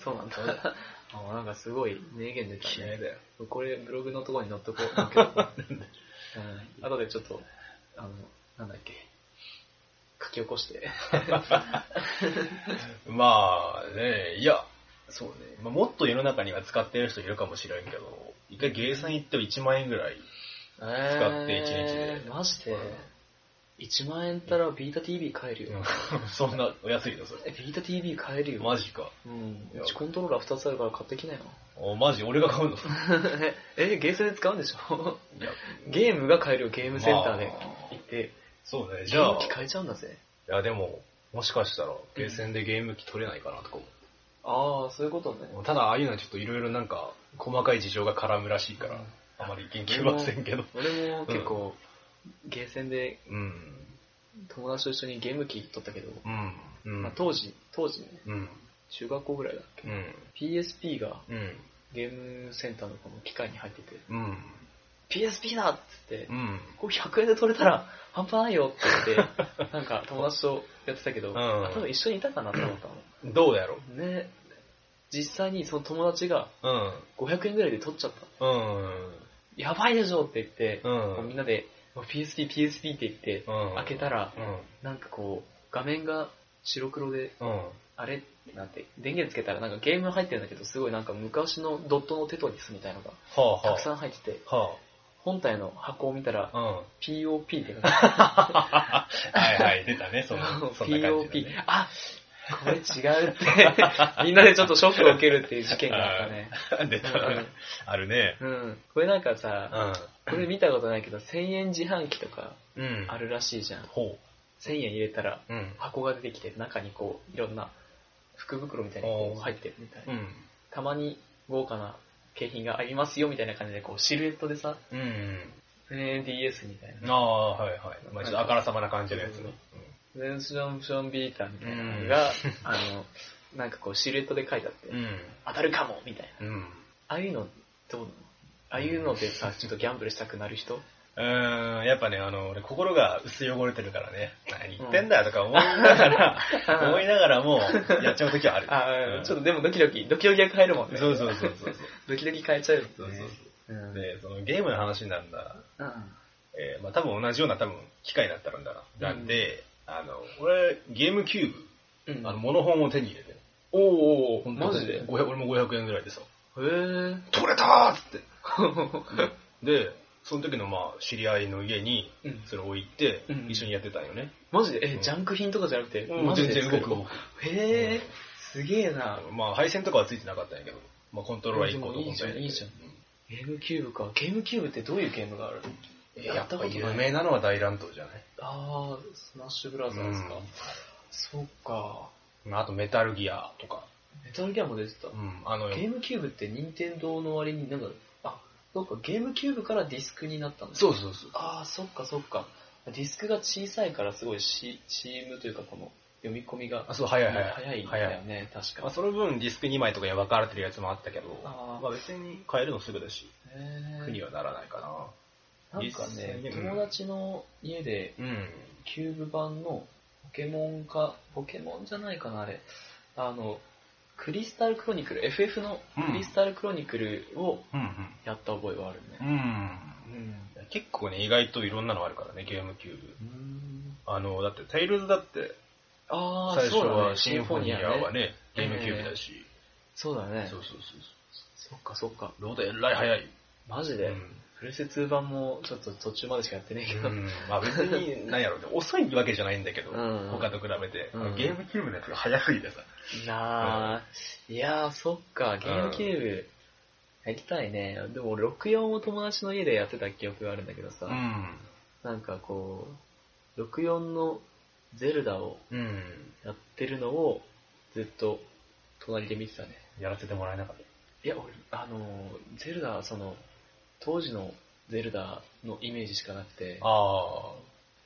Speaker 1: そうなんだ。 あなんかすごい名言出たね。
Speaker 2: だよ。
Speaker 1: これブログのところに載っとこ う。載っけとこううん。後でちょっと、あの、なんだっけ。書き起こして。
Speaker 2: まあね、いや、そうね、まあ、もっと世の中には使ってる人いるかもしれんけど、一回ゲーセン行っても1万円ぐらい。
Speaker 1: 使
Speaker 2: って一日で
Speaker 1: マジで ?1 万円ったらビータ TV 買えるよ。
Speaker 2: そんな、お安いの、それ。
Speaker 1: え、ビータ TV 買えるよ。
Speaker 2: マジか。
Speaker 1: うん。
Speaker 2: いうや
Speaker 1: ちコントローラー2つあるから買ってきな よ。
Speaker 2: おマジ、俺が買うの。い
Speaker 1: え、ゲーセンで使うんでしょ
Speaker 2: や、
Speaker 1: ゲームが買えるよ、ゲームセンターで
Speaker 2: まあ
Speaker 1: 行って。
Speaker 2: そうね、じ
Speaker 1: ゲー
Speaker 2: ゃあ
Speaker 1: ム、機買えちゃうんだぜ。
Speaker 2: いや、でも、もしかしたら、ゲーセンでゲーム機取れないかなとか思
Speaker 1: ああ、そういうことね。
Speaker 2: うただ、ああいうのはちょっといろいろなんか、細かい事情が絡むらしいから、あまり言及はせんけど。
Speaker 1: 俺も結構、ゲーセンで
Speaker 2: うん。
Speaker 1: 友達と一緒にゲーム機取ったけど、
Speaker 2: うん。うん。
Speaker 1: まあ、当時、当時ね、
Speaker 2: うん。
Speaker 1: 中学校ぐらいだっけ、
Speaker 2: うん。
Speaker 1: PSP が
Speaker 2: うん。
Speaker 1: ゲームセンターのこの機械に入ってて、
Speaker 2: うん。
Speaker 1: PSP だっつって
Speaker 2: う、ん。
Speaker 1: これ100円で取れたら半端ないよって 言って、なんか友達とやってたけど、
Speaker 2: うん
Speaker 1: あ多分一緒にいたかなと思ったの。
Speaker 2: どうやろう
Speaker 1: ね、実際にその友達が
Speaker 2: うん。
Speaker 1: 500円ぐらいで取っちゃった。
Speaker 2: うん。
Speaker 1: やばいでしょって言って、
Speaker 2: うん。
Speaker 1: こうみんなで PSP、PSP って言って、
Speaker 2: うん。
Speaker 1: 開けたら、
Speaker 2: うん。
Speaker 1: なんかこう、画面が白黒で、
Speaker 2: うん。
Speaker 1: あれってなって、電源つけたらなんかゲーム入ってるんだけど、すごいなんか昔のドットのテトリスみたいなのが
Speaker 2: はあはあ。
Speaker 1: たくさん入ってて、
Speaker 2: は
Speaker 1: 本体の箱を見たら、
Speaker 2: あ。うん。
Speaker 1: POP って書いてあ
Speaker 2: はいはい、出たね、 そ
Speaker 1: る
Speaker 2: の、そんな感じだ
Speaker 1: POP
Speaker 2: ね。。
Speaker 1: あ、これ違うって、 みんなでちょっとショックを受けるっていう事件があったね。
Speaker 2: 出たね。あるね。
Speaker 1: うん。これなんかさ、
Speaker 2: う
Speaker 1: これ見たことないけど、1000円自販機とか
Speaker 2: ん。うん。
Speaker 1: あるらしいじゃん。
Speaker 2: ほ
Speaker 1: 1000円入れたら
Speaker 2: う。うん。
Speaker 1: 箱が出てきて、中にこう、いろんな福袋みたいにこう入ってるみたいな。
Speaker 2: うん。
Speaker 1: たまに豪華な景品がありますよみたいな感じで、こう、シルエットでさ、
Speaker 2: うん。
Speaker 1: NDS みたいな。
Speaker 2: ああ、はいはい。まあちょっとあからさまな感じのやつね。
Speaker 1: レンションションビーターみたいなのが、あの、なんかこう、シルエットで書いてあって、
Speaker 2: ん。
Speaker 1: 当たるかもみたいな。
Speaker 2: うん。
Speaker 1: ああいうの、どうなのああいうのでさ、ちょっとギャンブルしたくなる人
Speaker 2: うーん、やっぱね、あの、俺心が薄汚れてるからね、何言ってんだよとか思いながら、思いながらも、やっちゃう時はある。
Speaker 1: あ
Speaker 2: う
Speaker 1: あ、
Speaker 2: ん
Speaker 1: ちょっとでもドキドキ、ドキドキ役入るもんね。
Speaker 2: そうそうそうそう。
Speaker 1: ドキドキ変えちゃうよね。
Speaker 2: そうそう
Speaker 1: うん。
Speaker 2: で、そのゲームの話になるんだ。
Speaker 1: うん
Speaker 2: えーまあ多分同じような多分機会だったんだな。なんで、あの、俺、ゲームキュー
Speaker 1: うん
Speaker 2: ブ、あの、モノホンを手に入れて。
Speaker 1: おおおお
Speaker 2: 本当に
Speaker 1: マジでへ
Speaker 2: 500俺も500円ぐらいでさ、
Speaker 1: え。
Speaker 2: 取れたーっつ って。で、その時のまあ、知り合いの家に、
Speaker 1: うん
Speaker 2: それ置いて
Speaker 1: うん、
Speaker 2: 一緒にやってたんよね。
Speaker 1: マジで
Speaker 2: う
Speaker 1: え、
Speaker 2: ん
Speaker 1: ジャンク品とかじゃなくて、
Speaker 2: も
Speaker 1: マ
Speaker 2: う
Speaker 1: ジ
Speaker 2: 全
Speaker 1: で
Speaker 2: 然動く
Speaker 1: 作る
Speaker 2: 動く。
Speaker 1: へ
Speaker 2: う
Speaker 1: え
Speaker 2: ん、
Speaker 1: すげえな。
Speaker 2: まあ、配線とかはついてなかったんやけど、まあ、コントローラー1個と
Speaker 1: でもいいじゃん
Speaker 2: コントローラー一個
Speaker 1: いいじゃんゲームキューブか。ゲームキューブってどういうゲームがある
Speaker 2: うん
Speaker 1: や
Speaker 2: や
Speaker 1: っ
Speaker 2: った
Speaker 1: こ
Speaker 2: ぱ
Speaker 1: とない
Speaker 2: 有名なのは大乱闘じゃない
Speaker 1: ああ、スマッシュブラザーズか。そっか。
Speaker 2: まあ、あとメタルギアとか。
Speaker 1: メタルギアも出てた
Speaker 2: う。ん。あの、
Speaker 1: ゲームキューブって任天堂の割になんだろうあ、そっか、ゲームキューブからディスクになったんだ。
Speaker 2: そうそうそう。
Speaker 1: ああ、そっかそっか。ディスクが小さいからすごい C- CM というかこの読み込みが
Speaker 2: あ、そう、早い早
Speaker 1: 早
Speaker 2: い。
Speaker 1: いんだよね、確
Speaker 2: ま
Speaker 1: か。
Speaker 2: あ、その分ディスク2枚とかに分かれてるやつもあったけど、
Speaker 1: あー
Speaker 2: まあ別に変えるのすぐだし、
Speaker 1: へー
Speaker 2: 苦にはならないか
Speaker 1: なんかね、
Speaker 2: 実際に
Speaker 1: 友達の家で
Speaker 2: な。うん。
Speaker 1: キューブ版のポケモンか、ポケモンじゃないかな、あれ。あの、クリスタルクロニクル、FF のクリスタルクロニクルを
Speaker 2: うん
Speaker 1: やった覚えはある
Speaker 2: う
Speaker 1: ね。
Speaker 2: ん。
Speaker 1: うん。
Speaker 2: うん。結構ね、意外といろんなのあるからね、ゲームキューブ。
Speaker 1: うん、
Speaker 2: あの、だって、テイルズだって、
Speaker 1: ああ、
Speaker 2: 最初
Speaker 1: そうだね。
Speaker 2: は
Speaker 1: シ
Speaker 2: シン
Speaker 1: ンフ
Speaker 2: フ
Speaker 1: ォ
Speaker 2: ォ
Speaker 1: ニ
Speaker 2: ニ
Speaker 1: ア
Speaker 2: アは
Speaker 1: ね。
Speaker 2: ね、ゲームキューブだし、
Speaker 1: そうだね
Speaker 2: そ。うそうそう。
Speaker 1: そっかそっか。
Speaker 2: ロードえらい早い。
Speaker 1: マジ
Speaker 2: う
Speaker 1: で、プレセ2版もちょっと途中までしかやってないけど。
Speaker 2: ん。まあ別に、なんやろうね、遅いわけじゃないんだけど、
Speaker 1: うん
Speaker 2: 他と比べて、
Speaker 1: うん
Speaker 2: ゲームキューブのやつが早すぎてさ。
Speaker 1: なあ、いやー、そっか、ゲームキューブ、やりたいね。でも、64を友達の家でやってた記憶があるんだけどさ、
Speaker 2: ん。
Speaker 1: なんかこう、64のゼルダを
Speaker 2: うん。
Speaker 1: やってるのを、ずっと、隣で見てたね。
Speaker 2: やらせてもらえなかった。
Speaker 1: いや、俺、あのー、ゼルダ、その、当時のゼルダのイメージしかなくて、
Speaker 2: ああ。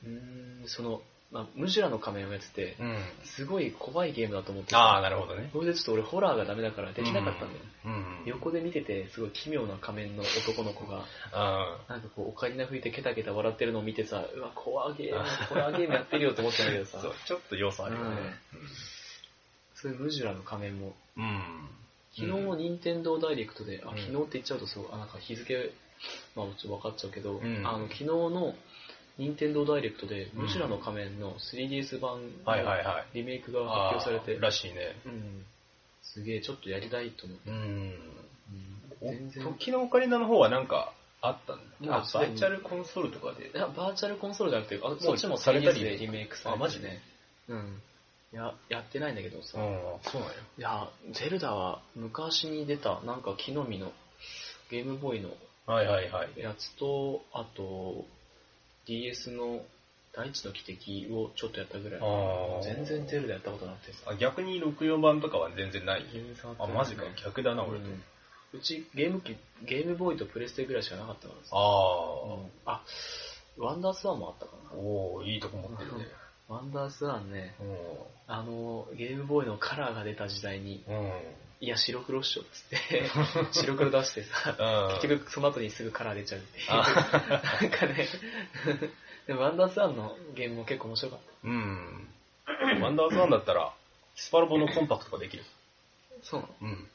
Speaker 1: うーん、その、まあ、ムジュラの仮面をやってて、
Speaker 2: うん。
Speaker 1: すごい怖いゲームだと思って
Speaker 2: ああ、
Speaker 1: た。
Speaker 2: なるほどね。
Speaker 1: それでちょっと俺ホラーがダメだからできなかったんだよね。
Speaker 2: うん。
Speaker 1: 横で見てて、すごい奇妙な仮面の男の子が、
Speaker 2: あ
Speaker 1: なんかこう、オカリナ吹いてケタケタ笑ってるのを見てさ、うわ、怖ゲーム、怖ゲームやってるよと思ったんだけど
Speaker 2: あ。
Speaker 1: さ
Speaker 2: そ、う、ちょっと要素あるよね。
Speaker 1: そういうムジュラの仮面も、
Speaker 2: うん。
Speaker 1: 昨日も任天堂ダイレクトで、あ、
Speaker 2: うん
Speaker 1: 昨日って言っちゃうとそう、あ、なんか日付、まあ、ちょっと分かっちゃうけど、
Speaker 2: ん
Speaker 1: あの、昨日の任天堂ダイレクトで、
Speaker 2: うん
Speaker 1: ムジュラの仮面の 3DS 版
Speaker 2: はいは
Speaker 1: の
Speaker 2: いはい。
Speaker 1: リメイクが発表されて、
Speaker 2: あーらしいね。
Speaker 1: うん、すげえ、ちょっとやりたいと思って、
Speaker 2: うん。
Speaker 1: うん
Speaker 2: お
Speaker 1: 全然。
Speaker 2: 時のオカリナの方はなんかあったんだ。
Speaker 1: まあ
Speaker 2: あ、バーチャルコンソールとかで
Speaker 1: い。や、バーチャルコンソールじゃなくて、あそ
Speaker 2: も
Speaker 1: っ
Speaker 2: う
Speaker 1: ちも
Speaker 2: された
Speaker 1: 3DS
Speaker 2: り
Speaker 1: でリメイクされて
Speaker 2: あマジで
Speaker 1: うん。いや、やってないんだけどさ。い
Speaker 2: ん、そうなんや。
Speaker 1: や、ゼルダは昔に出た、なんか木の実のゲームボーイの
Speaker 2: はいはいはい。
Speaker 1: やつと、あと、DS の大地の汽笛をちょっとやったぐらい。
Speaker 2: あー
Speaker 1: 全然ゼルダやったことなくてさ。
Speaker 2: あ逆に64版とかは全然ない。
Speaker 1: 全然触って
Speaker 2: あ、
Speaker 1: ない
Speaker 2: マジか
Speaker 1: う。
Speaker 2: 逆だな、俺と。
Speaker 1: んうちゲーム機、ゲームボーイとプレステぐらいしかなかったからさ。
Speaker 2: あ
Speaker 1: うんあ、ワンダースワンもあったか
Speaker 2: あ。おおいいとこ持ってるね。
Speaker 1: な。ワンダースワンね。
Speaker 2: う
Speaker 1: あの、ゲームボーイのカラーが出た時代に、
Speaker 2: ん。うん。
Speaker 1: いや、白黒っしょっつ って、白黒出してさ、結局その後にすぐカラー出ちゃうっていう。なんかね、 でもワンダースワンのゲームも結構面白かっ
Speaker 2: うん。ワンダーズワンだったら、スパロボのコンパクトができる。
Speaker 1: た。そうなの
Speaker 2: うん。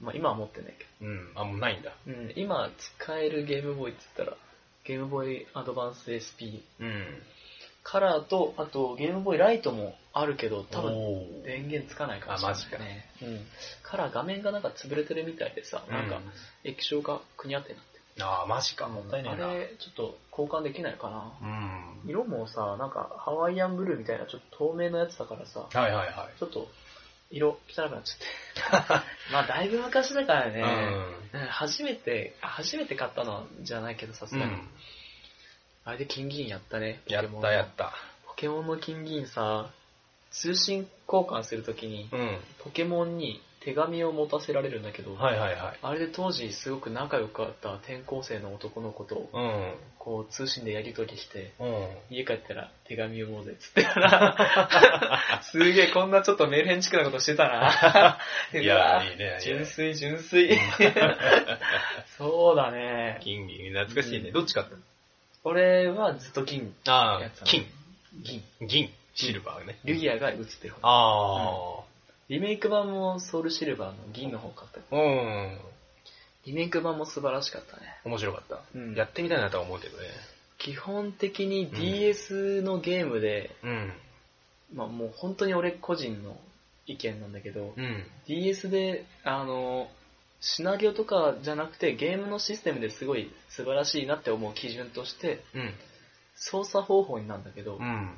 Speaker 1: まあ今は持ってないけ
Speaker 2: うん。あ、もうないんだ。
Speaker 1: ど。うん、今使えるゲームボーイって言ったら、ゲームボーイアドバンス SP
Speaker 2: うん。
Speaker 1: カラーと、あとゲームボーイライトもあるけど、多分
Speaker 2: おー
Speaker 1: 電源つかないかもしれない、ね。うん。カラー画面がなんか潰れてるみたいでさ、なんか
Speaker 2: う
Speaker 1: 液晶がくにゃってなってる。
Speaker 2: ああ、マジか。もったいねえな。
Speaker 1: あれ、ちょっと交換できないかな。
Speaker 2: うん。
Speaker 1: 色もさ、なんかハワイアンブルーみたいなちょっと透明なやつだからさ、
Speaker 2: はいはいは
Speaker 1: ちょっと色汚くなっちゃって。 まあだいぶ昔だから
Speaker 2: い。
Speaker 1: ね、うん初めて、あ初めて買ったのじゃないけどさす
Speaker 2: うん。う
Speaker 1: がに。
Speaker 2: ん。
Speaker 1: あれで金銀やったね。ポ
Speaker 2: や
Speaker 1: ケ
Speaker 2: っ
Speaker 1: モン
Speaker 2: たやった。
Speaker 1: ポケモンの金銀さ、通信交換するときに、
Speaker 2: うん。
Speaker 1: ポケモンに手紙を持たせられるんだけど、
Speaker 2: はいはいはい。
Speaker 1: あれで当時すごく仲良かった転校生の男の子と、
Speaker 2: うん。
Speaker 1: こう通信でやりとりして、
Speaker 2: うん。
Speaker 1: 家帰ったら手紙読もうぜっ つってたら、すげえこんなちょっとメール返事くなことしてたな。
Speaker 2: いう
Speaker 1: わ
Speaker 2: や、いいね。
Speaker 1: 純粋純粋。そうだね。
Speaker 2: 金銀、懐かしいね。
Speaker 1: うん
Speaker 2: どっち買ったの
Speaker 1: 俺はずっと銀。
Speaker 2: あ
Speaker 1: や
Speaker 2: あ
Speaker 1: つ、
Speaker 2: 金。
Speaker 1: 銀。
Speaker 2: 銀。シルバーね。
Speaker 1: ルギアが映ってる方。
Speaker 2: あ
Speaker 1: リメイク版もソウルシルバーの銀の方買った。
Speaker 2: あ。うん。
Speaker 1: リメイク版も素晴らしかったね。
Speaker 2: 面白かった。
Speaker 1: うん
Speaker 2: やってみたいなとは思うけどね。
Speaker 1: 基本的に DS のゲームで、
Speaker 2: うん。
Speaker 1: まあもう本当に俺個人の意見なんだけど、
Speaker 2: うん。
Speaker 1: DS で、あの、シナリオとかじゃなくてゲームのシステムですごい素晴らしいなって思う基準として
Speaker 2: うん。
Speaker 1: 操作方法になるんだけど
Speaker 2: う、ん。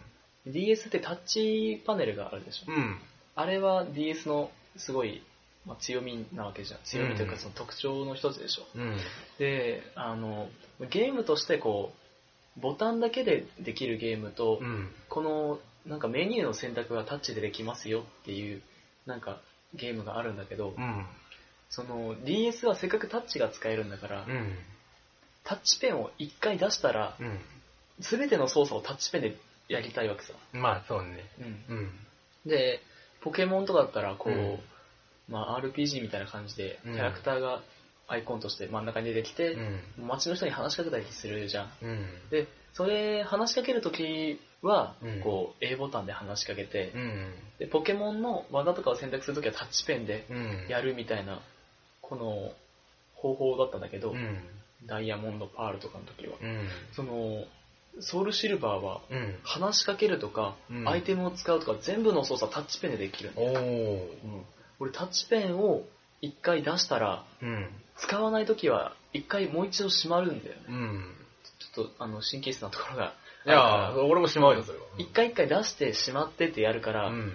Speaker 1: DS ってタッチパネルがあるでしょ。
Speaker 2: うん。
Speaker 1: あれは DS のすごい、まあ、強みなわけじゃん。強みという
Speaker 2: う
Speaker 1: か
Speaker 2: ん
Speaker 1: その特徴の一つでしょ。
Speaker 2: うん。
Speaker 1: で、あの、ゲームとしてこう、ボタンだけでできるゲームと、
Speaker 2: うん。
Speaker 1: このなんかメニューの選択がタッチでできますよっていうなんかゲームがあるんだけど、
Speaker 2: うん。
Speaker 1: その DS はせっかくタッチが使えるんだから、
Speaker 2: うん。
Speaker 1: タッチペンを一回出したら、
Speaker 2: う
Speaker 1: 全ての操作をタッチペンでやりたいわけさ。
Speaker 2: ん。まあ、そうね。うん。
Speaker 1: で、ポケモンとかだったらこう、
Speaker 2: うん
Speaker 1: まあ RPG みたいな感じで、キ
Speaker 2: うん
Speaker 1: ャラクターがアイコンとして真ん中に出てき
Speaker 2: う
Speaker 1: て、
Speaker 2: ん。
Speaker 1: 街の人に話しかけたりするじゃん。
Speaker 2: うん。
Speaker 1: で、それ話しかけるときは、
Speaker 2: うん
Speaker 1: こう、A ボタンで話しかけて、
Speaker 2: うん。
Speaker 1: で、ポケモンの技とかを選択するときはタッチペンで
Speaker 2: うん。
Speaker 1: や
Speaker 2: る。
Speaker 1: るみたいな、この方法だったんだけど、
Speaker 2: うん。
Speaker 1: ダイヤモンド、パールとかのときは。
Speaker 2: うん。
Speaker 1: その、ソウルシルバーは、
Speaker 2: うん。
Speaker 1: 話しかけるとか、
Speaker 2: うん
Speaker 1: アイテムを使うとか、全部の操作タッチペンでできるんだ
Speaker 2: お
Speaker 1: よ、
Speaker 2: ー。
Speaker 1: うん俺タッチペンを一回出したら、
Speaker 2: うん。
Speaker 1: 使わないときは一回もう一度閉まるんだよね。
Speaker 2: うん。
Speaker 1: ちょっと、あの、神経質なところが
Speaker 2: いや、俺もしまうよ、それは。
Speaker 1: 一回一回出してしまってってやるから、
Speaker 2: うん。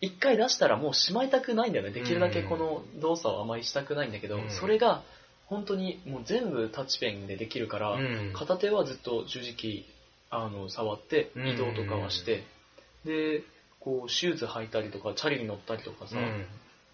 Speaker 1: 一回出したらもうしまいたくないんだよね。できるだけ
Speaker 2: うん
Speaker 1: この動作をあまりしたくないんだけど、
Speaker 2: うん
Speaker 1: それが本当にもう全部タッチペンでできるから、
Speaker 2: うん。
Speaker 1: 片手はずっと十字キーあの触って
Speaker 2: うん
Speaker 1: 移動とかはして、で、こうシューズ履いたりとか、チャリに乗ったりとかさ、
Speaker 2: うん。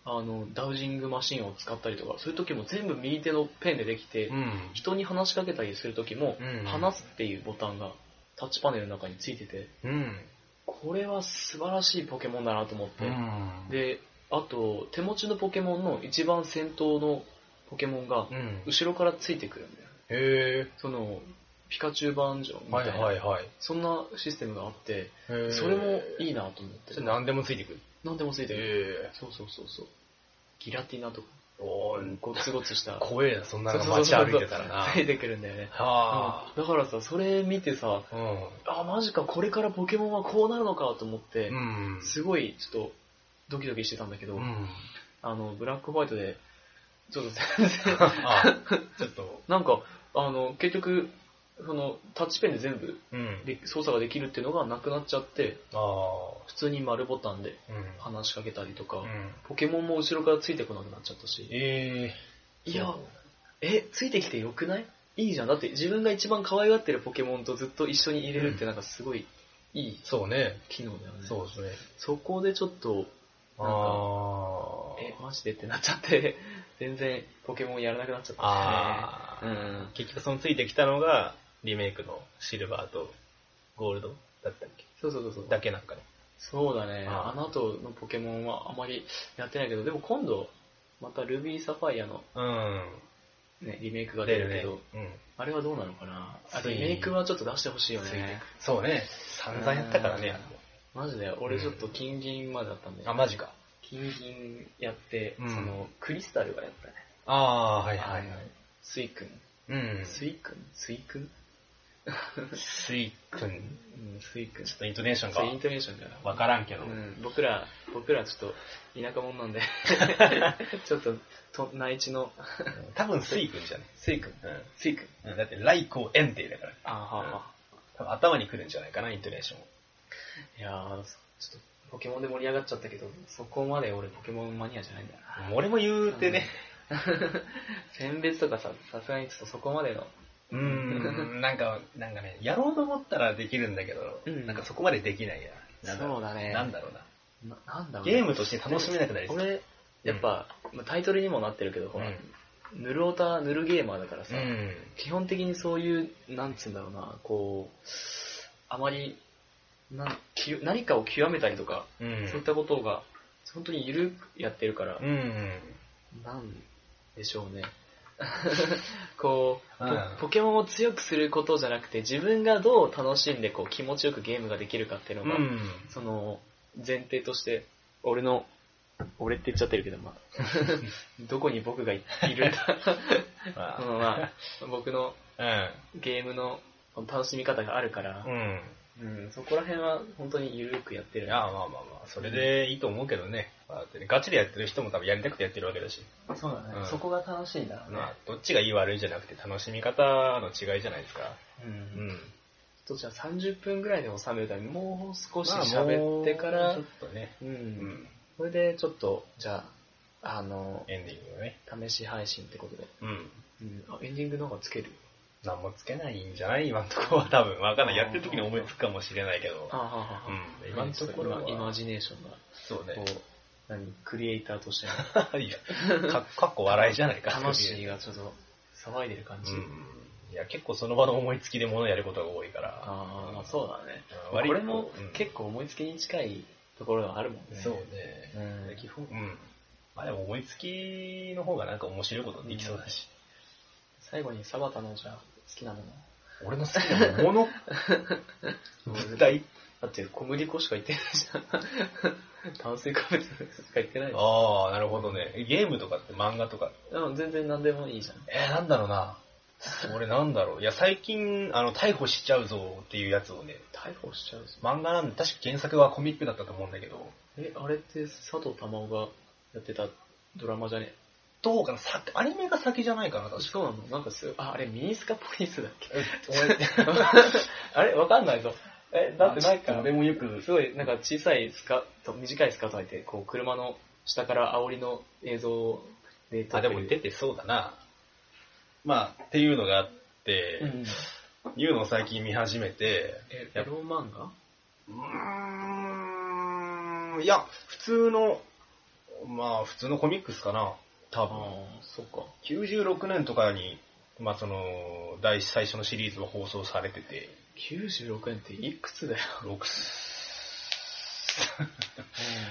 Speaker 1: あのダウジングマシンを使ったりとか、そういう時も全部右手のペンでできて、
Speaker 2: うん。
Speaker 1: 人に話しかけたりする時も、
Speaker 2: うん
Speaker 1: 話すっていうボタンがタッチパネルの中についてて、
Speaker 2: うん。
Speaker 1: これは素晴らしいポケモンだなと思って、
Speaker 2: うん。、
Speaker 1: であと手持ちのポケモンの一番先頭のポケモンが
Speaker 2: うん。
Speaker 1: 後ろからついてくるんだよ
Speaker 2: へ
Speaker 1: そのピカチュウバージョン
Speaker 2: ー。
Speaker 1: みた
Speaker 2: はいい
Speaker 1: な、
Speaker 2: はいはい。
Speaker 1: そんなシステムがあって
Speaker 2: へー
Speaker 1: それもいいなと思って
Speaker 2: それ何でもついてくる。
Speaker 1: 何でもついてる
Speaker 2: え
Speaker 1: そうそうそうそうギラティナとか
Speaker 2: え。おー、
Speaker 1: ゴツゴツした
Speaker 2: 怖えな、そん な
Speaker 1: そう
Speaker 2: の
Speaker 1: そう
Speaker 2: 街
Speaker 1: そう
Speaker 2: 歩
Speaker 1: そ
Speaker 2: いうてたらな。
Speaker 1: ついてくるんだよね
Speaker 2: はあ。
Speaker 1: うんだからさそれ見てさ
Speaker 2: うん。
Speaker 1: あマジかこれからポケモンはこうなるのかと思って、
Speaker 2: うん。
Speaker 1: すごいちょっとドキドキしてたんだけど、
Speaker 2: うん。
Speaker 1: あの、ブラックホワイトで、ちょっと 全然、
Speaker 2: あ、ちょっと。
Speaker 1: なんか、あの、結局、その、タッチペンで全部
Speaker 2: うん。
Speaker 1: で操作ができるっていうのがなくなっちゃって、
Speaker 2: ああ。
Speaker 1: 普通に丸ボタンで
Speaker 2: うん。
Speaker 1: 話しかけたりとか、
Speaker 2: うん。
Speaker 1: ポケモンも後ろからついてこなくなっちゃったし、
Speaker 2: ええ。
Speaker 1: いや、え、ついてきてよくないいいじゃん。だって自分が一番可愛がってるポケモンとずっと一緒に入れるってなんかすごいいい
Speaker 2: そうね。
Speaker 1: 機能だよね。
Speaker 2: そうですね。
Speaker 1: そこでちょっと、
Speaker 2: ああ。
Speaker 1: え、マジでってなっちゃって、 全然ポケモンやらなくなっちゃった、ね。
Speaker 2: ああ。
Speaker 1: うん。
Speaker 2: 結局そのついてきたのが、リメイクのシルバーとゴールドだったっけ
Speaker 1: そうそうそうそう。
Speaker 2: だけなんかね。
Speaker 1: そうだね。
Speaker 2: あ
Speaker 1: あの後のポケモンはあまりやってないけど、でも今度、またルビーサファイアの、
Speaker 2: う
Speaker 1: ね、リメイクが
Speaker 2: ん。
Speaker 1: 出
Speaker 2: 出
Speaker 1: る
Speaker 2: る
Speaker 1: け
Speaker 2: ね
Speaker 1: ど、。
Speaker 2: うん。
Speaker 1: あれはどうなのかなあ
Speaker 2: つい
Speaker 1: リメイクはちょっと出してほしいよ
Speaker 2: ついて
Speaker 1: ね。
Speaker 2: そうね。散々やったからね、
Speaker 1: うん
Speaker 2: あれも
Speaker 1: マジで、俺ちょっと金銀までだったんで。
Speaker 2: あ、マジか。
Speaker 1: ギンギンやって、
Speaker 2: うん
Speaker 1: その、クリスタルがやったね。
Speaker 2: ああー、はいはい
Speaker 1: あ
Speaker 2: は
Speaker 1: の
Speaker 2: い。
Speaker 1: スイ君。
Speaker 2: うん。
Speaker 1: スイ君スイ君
Speaker 2: スイ君。
Speaker 1: うん、スイ君。
Speaker 2: ちょっとイントネーション
Speaker 1: そうイン
Speaker 2: が
Speaker 1: トネーションが。
Speaker 2: わからんけど。
Speaker 1: うん、僕ら、僕らちょっと田舎者 なんで、ちょっとと内地の、
Speaker 2: 多分スイ君じゃね。
Speaker 1: スイ君、スイ君。
Speaker 2: うん。だって、来光園庭だから。
Speaker 1: あはあは
Speaker 2: 多分頭に来るんじゃないかな、イントネーション。
Speaker 1: あ。いやー、ちょっとポケモンで盛り上がっちゃったけど、そこまで俺ポケモンマニアじゃないんだよな。
Speaker 2: 俺も言うてね。
Speaker 1: 選別とかさ、さすがにちょっとそこまでの、
Speaker 2: うーん、なんか、なんかね、やろうと思ったらできるんだけど、
Speaker 1: うん
Speaker 2: なんかそこまでできないや。なんだろ
Speaker 1: そうだね。
Speaker 2: なんだろうな。
Speaker 1: ななんだろうね
Speaker 2: ゲームとして楽しめなくなりそう。
Speaker 1: 俺、やっぱ、まあタイトルにもなってるけど、ほら、ぬるおた、ぬるゲーマーだからさ、
Speaker 2: うん。
Speaker 1: 基本的にそういう、なんつうんだろうな、こう、あまり、なんき何かを極めたりとか、
Speaker 2: うん。
Speaker 1: そういったことが、本当にゆるくやってるから
Speaker 2: う、ん。
Speaker 1: なんでしょ うね。こう、ポ
Speaker 2: うん
Speaker 1: ポケモンを強くすることじゃなくて、自分がどう楽しんでこう気持ちよくゲームができるかっていう
Speaker 2: う
Speaker 1: のが、
Speaker 2: ん。
Speaker 1: その、前提として、俺の、俺って言っちゃってるけど、まあ、 どこに僕がいいるん だ、
Speaker 2: ま
Speaker 1: そのまあ、僕の
Speaker 2: あ
Speaker 1: ゲームの楽しみ方があるから
Speaker 2: う、ん。
Speaker 1: うん、そこら辺は本当にゆるくやって
Speaker 2: い
Speaker 1: る
Speaker 2: や、まあまあまあ、それでいいと思うけどね。まあだってねガチでやってる人も多分やりたくてやってるわけだし。
Speaker 1: そうだね、
Speaker 2: うん
Speaker 1: そこが楽しいんだろうね
Speaker 2: まあ、どっちがいい悪いじゃなくて楽しみ方の違いじゃないですか。
Speaker 1: う
Speaker 2: うんん。
Speaker 1: とじゃあ30分ぐらいで収めるためにもう少し
Speaker 2: まあ
Speaker 1: 喋ってから、
Speaker 2: もうちょっとね。
Speaker 1: うん
Speaker 2: うん。
Speaker 1: それでちょっとじゃああの
Speaker 2: エンディングをね。
Speaker 1: 試し配信ってことで、
Speaker 2: うん。
Speaker 1: うん、あエンディングなんかつける
Speaker 2: 何もつけないんじゃない今のところは多分。わかんない。やってる時に思いつくかもしれないけど。
Speaker 1: あははは
Speaker 2: うん。今のところは。
Speaker 1: イマジネーションが
Speaker 2: そうね
Speaker 1: こ。う何クリエイターとしての
Speaker 2: いやかかっこ笑いじゃないか。
Speaker 1: 魂がちょっと騒いでる感
Speaker 2: う
Speaker 1: じ、
Speaker 2: ん。いや、結構その場の思いつきで物をやることが多いから。
Speaker 1: ああまあそうだね
Speaker 2: うん
Speaker 1: こ
Speaker 2: 割と
Speaker 1: れも
Speaker 2: うん
Speaker 1: 結構思いつきに近いところがあるもんね
Speaker 2: そうね。
Speaker 1: うん
Speaker 2: 基本、うん。まあでも思いつきの方がなんか面白いことできそうだし。
Speaker 1: 最後にサバタのじゃあ好きなもの
Speaker 2: 俺の好きな もの、物体
Speaker 1: だって小麦粉しか言ってないじゃん 炭水化物しか言ってないじ
Speaker 2: ああ、なるほどね。ゲームとかって漫画とか
Speaker 1: ゃんうん全然何でもいいじゃん
Speaker 2: えー、なんだろうな。俺なんだろう。いや、最近、あの、逮捕しちゃうぞっていうやつをね、
Speaker 1: 逮捕しちゃうし
Speaker 2: 漫画なんで、確か原作はコミックだったと思うんだけど、
Speaker 1: えあれって佐藤珠緒がやってたドラマじゃね
Speaker 2: どうかな、さアニメが先じゃないかな、確か。
Speaker 1: そうなのなんかすああれミニスカポリスだっ け
Speaker 2: え俺、
Speaker 1: あれわかんないぞえだってなん
Speaker 2: あちょっと
Speaker 1: か
Speaker 2: 俺もよく、
Speaker 1: すごいなんか小さいスカと短いスカート履いてこう車の下から煽りの映像で撮
Speaker 2: あ、
Speaker 1: って
Speaker 2: で
Speaker 1: る
Speaker 2: も出てそうだな。まあ、っていうのがあって、
Speaker 1: うん
Speaker 2: いうのを最近見始めて、
Speaker 1: えエロ漫画
Speaker 2: うーん、いや、普通の、まあ、普通のコミックスかな、多分。
Speaker 1: あそっか
Speaker 2: 96年とかに、まあ、その、第一最初のシリーズは放送されてて、
Speaker 1: 96円っていくつだよ
Speaker 2: 6、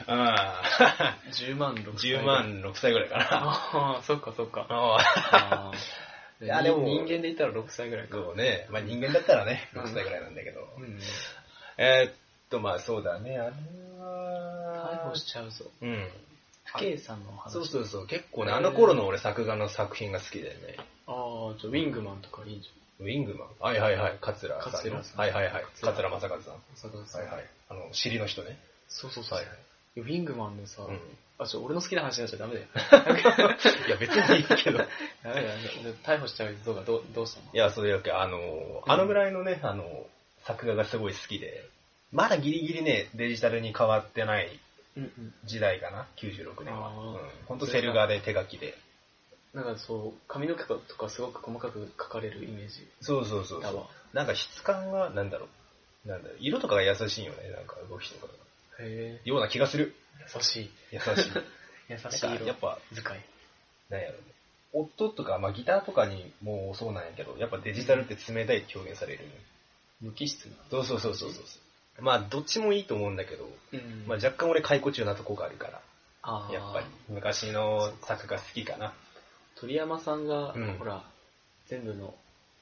Speaker 2: あ あ、
Speaker 1: 10万6
Speaker 2: 10万6歳ぐらいかな。
Speaker 1: ああそっかそっか
Speaker 2: あ
Speaker 1: あ
Speaker 2: あ、
Speaker 1: ー
Speaker 2: いやでも
Speaker 1: 人間で言ったら6歳ぐらいか
Speaker 2: そうね。まあ、人間だったらね、6歳ぐらいなんだけど。
Speaker 1: うん
Speaker 2: えーっと、まあ、そうだね、あれは
Speaker 1: 逮捕しちゃうぞ
Speaker 2: うん。
Speaker 1: 不敬さんのお話
Speaker 2: そうそうそう、結構ね、
Speaker 1: へー
Speaker 2: あの頃の俺作画の作品が好きだよね。
Speaker 1: ああじゃあウィングマンとかいいんじ
Speaker 2: ウィングマン。はいはいはい、桂さんの。
Speaker 1: 桂さん
Speaker 2: はいはいはい、
Speaker 1: 桂
Speaker 2: 桂正和さん。は
Speaker 1: ゃんさださ
Speaker 2: い
Speaker 1: ん
Speaker 2: はい。あの、尻の人ね。
Speaker 1: そうそうそうウィングマンのさ
Speaker 2: うん。
Speaker 1: あちょ俺の好きな話になっちゃダメだよ
Speaker 2: いや、別に いいけど。
Speaker 1: ダメだよ逮捕しちゃうぞがどうどうしたの
Speaker 2: いや、それだけ、あの、あのぐらいのね、あの、作画がすごい好きで、まだギリギリね、デジタルに変わってない
Speaker 1: うんうん
Speaker 2: 時代かな、96年は。
Speaker 1: あー
Speaker 2: うん、ほんとセル画で手書きで。
Speaker 1: なんかそう髪の毛とかすごく細かく描かれるイメージ
Speaker 2: そうそうそう
Speaker 1: だ
Speaker 2: そう。
Speaker 1: わ
Speaker 2: なんか質感が、なんだろう。なんだろう色とかが優しいよね、なんか動きとかが。
Speaker 1: へえ
Speaker 2: ような気がする。
Speaker 1: 優しい
Speaker 2: 優しい。
Speaker 1: 優
Speaker 2: なん
Speaker 1: しい
Speaker 2: か、や
Speaker 1: 色
Speaker 2: っぱ、
Speaker 1: 使い
Speaker 2: なんやろね。音とか、まあギターとかにもそうなんやけど、やっぱデジタルって冷たいって表現されるよね。
Speaker 1: 無機質な
Speaker 2: そうそうそうそうそう。まあ、どっちもいいと思うんだけど、
Speaker 1: うん
Speaker 2: まあ、若干俺解雇中なとこがあるか
Speaker 1: あ
Speaker 2: ら、
Speaker 1: ー
Speaker 2: やっぱり昔の作が好きかな。
Speaker 1: 鳥山さんが、
Speaker 2: うん
Speaker 1: ほら全部の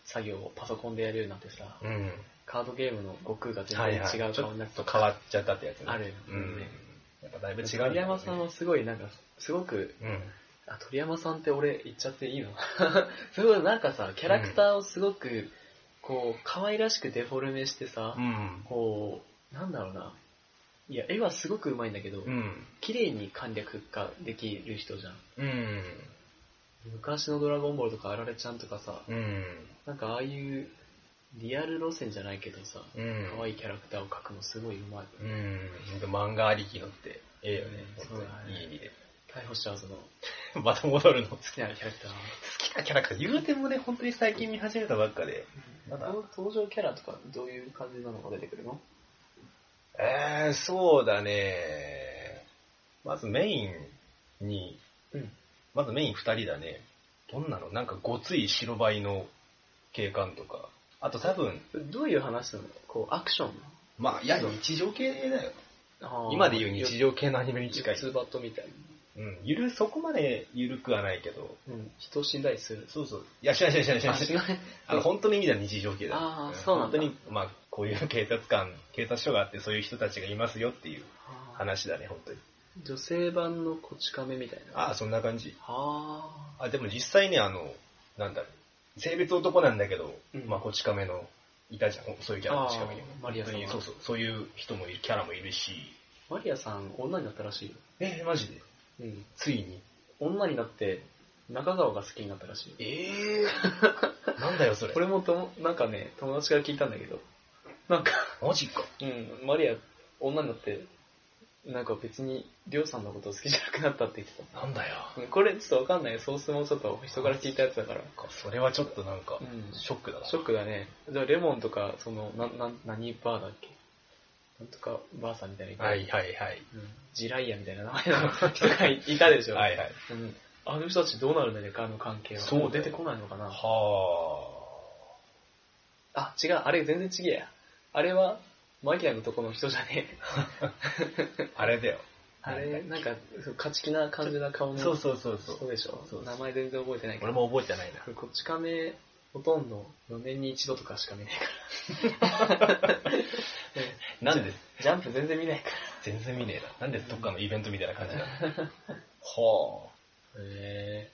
Speaker 1: 作業をパソコンでやるようになってさ、
Speaker 2: うん。
Speaker 1: カードゲームの悟空が全
Speaker 2: はい
Speaker 1: 然
Speaker 2: はい。
Speaker 1: 違う
Speaker 2: ちょ
Speaker 1: 顔にな
Speaker 2: っ
Speaker 1: ってた
Speaker 2: と変わっちゃったってやつね。
Speaker 1: あるよね
Speaker 2: うん。やっぱだいぶ違うんだよね
Speaker 1: 鳥山さんはすごい、なんか、すごく、
Speaker 2: うん。
Speaker 1: あ、鳥山さんって俺言っちゃっていいの すごいなんかさ、キャラクターをすごく、こう、可愛らしくデフォルメしてさ、
Speaker 2: うん。
Speaker 1: こう、なんだろうな。いや、絵はすごく上手いんだけど、
Speaker 2: うん。
Speaker 1: 綺麗に簡略化できる人じゃん。
Speaker 2: うん。
Speaker 1: 昔のドラゴンボールとかあられちゃんとかさ、
Speaker 2: うん。
Speaker 1: なんかああいうリアル路線じゃないけどさ、
Speaker 2: うん。
Speaker 1: 可愛いキャラクターを描くのすごいうまい。
Speaker 2: うん。ほんと漫画ありきのって、ええよね。
Speaker 1: うん
Speaker 2: ほんと
Speaker 1: そうだ
Speaker 2: に
Speaker 1: ね
Speaker 2: いい意味で。
Speaker 1: 逮捕しちゃうその、好
Speaker 2: また戻るの。好
Speaker 1: きなキャラクターは。
Speaker 2: きなキャラクター、言うてもね、本当に最近見始めたばっかで。まだ
Speaker 1: この登場キャラとかどういう感じなのが出てくるの
Speaker 2: えー、そうだね。まずメインに、
Speaker 1: うん。
Speaker 2: まずメイン二人だね。どんなのなんかごつい白バイの警官とか。あと多分、
Speaker 1: どういう話なのこう、アクション
Speaker 2: まあ、いや、日常系だよ。今で言う日常系のアニメに近い。
Speaker 1: ツーバットみたい
Speaker 2: うん。ゆる、そこまでゆるくはないけど。
Speaker 1: な。うん。人を死んだりする。
Speaker 2: そうそう。いや、しないしないしないしない
Speaker 1: あ、しない。
Speaker 2: あの、本当の意味では日常系だ。
Speaker 1: あーそうなんだ
Speaker 2: 本当に、まあ、こういう警察官、 警察署があって、そういう人たちがいますよっていう話だね、本当に。
Speaker 1: 女性版のこち亀みたいな。
Speaker 2: ああ、そんな感じ。
Speaker 1: はあ。
Speaker 2: あ、でも実際ね、あの、なんだろう、性別男なんだけど、
Speaker 1: うん
Speaker 2: まあ、こち亀の、いたじゃん、そういうキャラ、
Speaker 1: あー
Speaker 2: こち亀にも。
Speaker 1: マリアさん
Speaker 2: 本当に
Speaker 1: は
Speaker 2: そうそう、そういう人もいる、キャラもいるし、
Speaker 1: マリアさん、女になったらしいよ。
Speaker 2: えー、マジで
Speaker 1: うん。
Speaker 2: ついに。
Speaker 1: 女になって、中川が好きになったらしいよ。
Speaker 2: ええー、 なんだよ、それ。
Speaker 1: これもとも、なんかね、友達から聞いたんだけど、なんか、
Speaker 2: マジか。
Speaker 1: うん、マリア、女になって、なんか別に、りょうさんのこと好きじゃなくなったって言って
Speaker 2: なんだよ。
Speaker 1: た。うんこれちょっとわかんない。ソースもちょっと人から聞いたやつだから。
Speaker 2: なんかそれはちょっとなんか
Speaker 1: う、ん。
Speaker 2: ショックだな。
Speaker 1: ショックだね。じゃあ、レモンとか、その、な、な、何バーだっけなんとかバーさんみたいな。
Speaker 2: はい。はいはい。
Speaker 1: うん。ジライアみたいな名前の 人がいたでしょ。
Speaker 2: はいはい。
Speaker 1: うん。あの人たちどうなるんだよね、あの関係は。
Speaker 2: そうだよ
Speaker 1: も出てこないのかな。
Speaker 2: は
Speaker 1: あ、違う。あれ全然違えや。あれは、マギアのとこの人じゃねえ。
Speaker 2: あ。あれだよ。
Speaker 1: あれ、なんか、そう勝ち気な感じな顔の
Speaker 2: そうそうそうそ
Speaker 1: 人
Speaker 2: う。
Speaker 1: でしょ
Speaker 2: そうそう
Speaker 1: 名前全然覚えてないけ
Speaker 2: 俺
Speaker 1: ど。
Speaker 2: も覚えてないな。
Speaker 1: こっち亀、ほとんど4年に一度とかしか見ないか
Speaker 2: なんで
Speaker 1: ら。 ジャンプ全然見ないか
Speaker 2: 全然見ねえな。なんでどっかのイベントみたいな感じなの は
Speaker 1: ら。へえ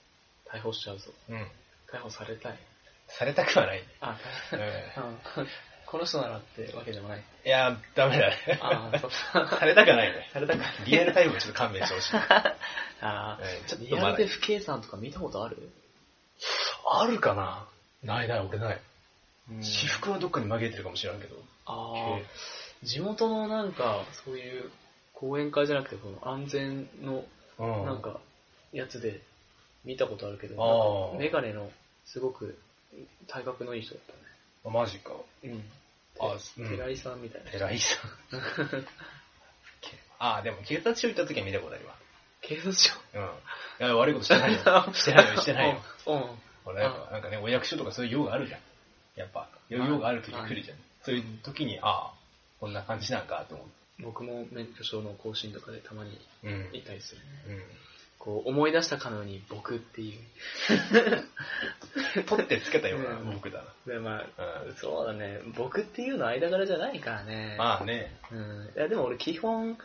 Speaker 1: 逮捕しちゃうぞ。
Speaker 2: あ。うん。
Speaker 1: 逮捕されたい。
Speaker 2: されたくはない。
Speaker 1: あ、
Speaker 2: うん、
Speaker 1: うん この人ならってわけでもない。
Speaker 2: いやー、ダメだね。
Speaker 1: ああ、そうか。
Speaker 2: されたくはないね。
Speaker 1: されたか。
Speaker 2: リアルタイムちょっと勘弁してほしい。
Speaker 1: ああ、
Speaker 2: うん
Speaker 1: ちょっと
Speaker 2: ま
Speaker 1: や
Speaker 2: だ
Speaker 1: めて不計算とか見たことある
Speaker 2: あるかなないない、俺ない。
Speaker 1: うん
Speaker 2: 私服はどっかに紛れてるかもしれんけど。
Speaker 1: ああ、地元のなんか、そういう講演会じゃなくて、この安全の
Speaker 2: うん。
Speaker 1: なんか、やつで見たことあるけど、
Speaker 2: あ
Speaker 1: なんか
Speaker 2: ー
Speaker 1: メガネのすごく体格のいい人だっ
Speaker 2: あ。マジか。
Speaker 1: たね。
Speaker 2: あ、う
Speaker 1: うん。寺
Speaker 2: ん。
Speaker 1: 井さんみたいな。
Speaker 2: 偉いさん。 あー、でも警察署行った時は見たことあるわ。
Speaker 1: 警察署
Speaker 2: うん。いや、悪いことしてない よ。してないよ、してないよ。
Speaker 1: うん。
Speaker 2: ほら、やっぱなんかね、お役所とかそういう用があるじゃん。やっぱ、用
Speaker 1: あ
Speaker 2: 用がある時来るじゃん。そういう時に、ああ、こんな感じなんかと思って。
Speaker 1: 僕も免許証の更新とかでたまに
Speaker 2: うん。うん。
Speaker 1: 行ったりするね。こう、思い出したかのように僕っていう。
Speaker 2: 取ってつけたような
Speaker 1: うん
Speaker 2: 僕だな。
Speaker 1: で、まあ、
Speaker 2: う
Speaker 1: そうだね。僕っていうのは間柄じゃないからね
Speaker 2: ん。。まあね、
Speaker 1: うん。いや、でも俺基本、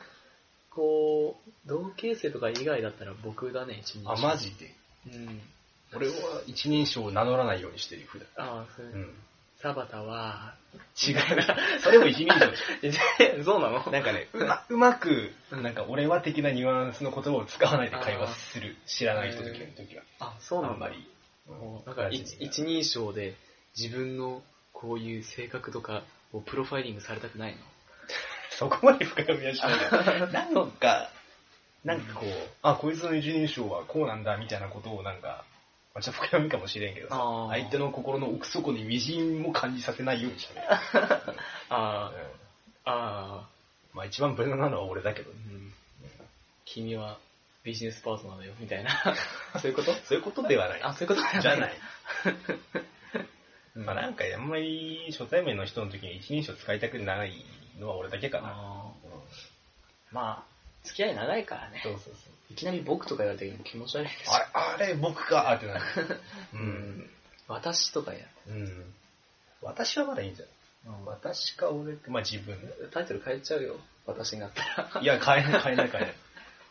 Speaker 1: こう、同級生とか以外だったら僕だね、一人称
Speaker 2: あ、マジで。
Speaker 1: うん。
Speaker 2: 俺は一人称を名乗らないようにしてる、普段。
Speaker 1: ああ、それ、
Speaker 2: うん。
Speaker 1: サバタは、
Speaker 2: 違うな。それも一人称でし
Speaker 1: え、そうなの
Speaker 2: ょ。なんかね、うまうまく、
Speaker 1: うん
Speaker 2: なんか俺は的なニュアンスの言葉を使わないで会話する。知らない人とき時は。
Speaker 1: あ、そう
Speaker 2: あ
Speaker 1: なんん
Speaker 2: ま
Speaker 1: だ。
Speaker 2: り。
Speaker 1: もうなんか
Speaker 2: 馴
Speaker 1: 一
Speaker 2: 染みが
Speaker 1: 一人称で自分のこういう性格とかをプロファイリングされたくないの。
Speaker 2: そこまで深読みはしないな。なんか、なんかこう、あ、こいつの一人称はこうなんだみたいなことをなんか、まあ、ちょっと深読みかもしれんけどさ、
Speaker 1: あ
Speaker 2: 相手の心の奥底に微塵も感じさせないようにしてる。
Speaker 1: あ
Speaker 2: うん
Speaker 1: ーあ
Speaker 2: まあ一番無難なのは俺だけど
Speaker 1: ー、
Speaker 2: ね。
Speaker 1: うん、君はビジネスパートナーだよ、みたいな。 そういうこと
Speaker 2: そういうことではない。
Speaker 1: あ、そういうこと
Speaker 2: じゃない。。
Speaker 1: うん
Speaker 2: まあなんかあんまり初対面の人の時に一人称使いたくないのは俺だけかな。
Speaker 1: あ
Speaker 2: うん
Speaker 1: ーまあ、付き合い長いからね。
Speaker 2: そうそうそう。
Speaker 1: いきなり僕とか言われた時も気持ち悪いですよ。
Speaker 2: あれ、あれ、僕かってなる。
Speaker 1: う
Speaker 2: う。
Speaker 1: んん。私とかや。
Speaker 2: うん。私はまだいいんじゃない私か俺か、まあ自分。
Speaker 1: タイトル変えちゃうよ。私になったら。
Speaker 2: いや、買えない、買えない、買え ない。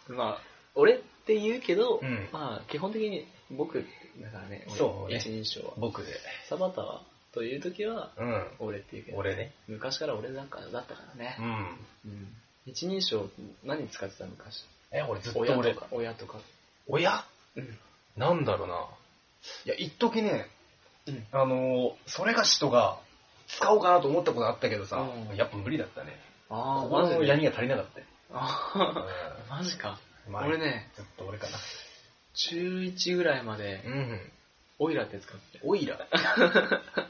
Speaker 1: まあ、俺って言うけど、
Speaker 2: うん
Speaker 1: まあ、基本的に僕だからね、俺
Speaker 2: そうね
Speaker 1: 一人称は。
Speaker 2: 僕で。
Speaker 1: サバタはという時は、
Speaker 2: うん。
Speaker 1: 俺って言うけど、
Speaker 2: 俺ね。
Speaker 1: 昔から俺なんかだったからね
Speaker 2: う。ん。
Speaker 1: うん一人称何使ってた昔
Speaker 2: え、俺ずっと
Speaker 1: 親
Speaker 2: 俺
Speaker 1: と。か。親とか。
Speaker 2: 親
Speaker 1: うん。
Speaker 2: なんだろうな。いや、一時ね、
Speaker 1: うん
Speaker 2: あのー、それがしとが、使おうかなと思ったことあったけどさ、
Speaker 1: うん
Speaker 2: やっぱ無理だったね。
Speaker 1: あ
Speaker 2: 心の
Speaker 1: で
Speaker 2: 闇が足りなかったよ。
Speaker 1: あー マジか。
Speaker 2: うん
Speaker 1: 俺。ね、
Speaker 2: ずっと俺かな。
Speaker 1: 中1ぐらいまで、
Speaker 2: うん。
Speaker 1: オイラって使って。
Speaker 2: オイ ラ。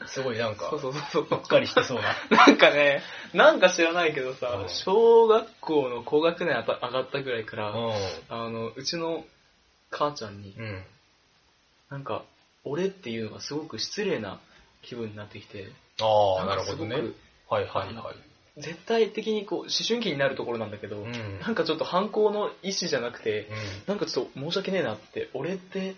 Speaker 2: すごいなんか
Speaker 1: そう、そうそうそ
Speaker 2: ば
Speaker 1: う
Speaker 2: っ。かりしてそうな。
Speaker 1: なんかね、なんか知らないけどさ
Speaker 2: う、ん
Speaker 1: 小学校の高学年あた上がったぐらいか
Speaker 2: う
Speaker 1: ら、あの、うちの母ちゃんに、
Speaker 2: ん。うん。
Speaker 1: なんか、俺っていうのがすごく失礼な気分になってきて、
Speaker 2: ああ、
Speaker 1: な
Speaker 2: なんる
Speaker 1: かす
Speaker 2: ほ
Speaker 1: ご
Speaker 2: ど
Speaker 1: く
Speaker 2: ね。はいはいはい。
Speaker 1: 絶対的にこう、思春期になるところなんだけど、
Speaker 2: ん
Speaker 1: なんかちょっと反抗の意思じゃなくて、
Speaker 2: う
Speaker 1: なんかちょっと申し訳ねえなって、俺って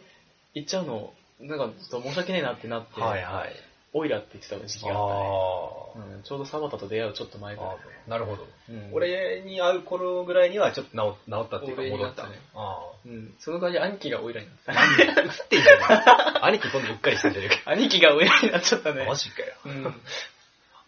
Speaker 1: 言っちゃうの、なんかちょっと申し訳ねえなってなって、
Speaker 2: ん。はいはい。
Speaker 1: オイラって言ってた時期
Speaker 2: あ
Speaker 1: があった
Speaker 2: ー
Speaker 1: ね。うん、ちょうどサバタと出会うちょっと前ぐらい
Speaker 2: あ。ー、なるほど。
Speaker 1: うん、
Speaker 2: 俺に会う頃ぐらいにはちょっと治治ったっていうか
Speaker 1: 俺に
Speaker 2: 戻
Speaker 1: な
Speaker 2: っ
Speaker 1: った
Speaker 2: た
Speaker 1: ね。
Speaker 2: あ
Speaker 1: うん、その代わり兄貴がオイラになった。
Speaker 2: あ。映ってんじゃない 兄貴今度うっかりしてんじゃねえ
Speaker 1: 兄貴がオイラになっちゃった
Speaker 2: か。
Speaker 1: ね
Speaker 2: マ。ジかよ。
Speaker 1: うん、
Speaker 2: あ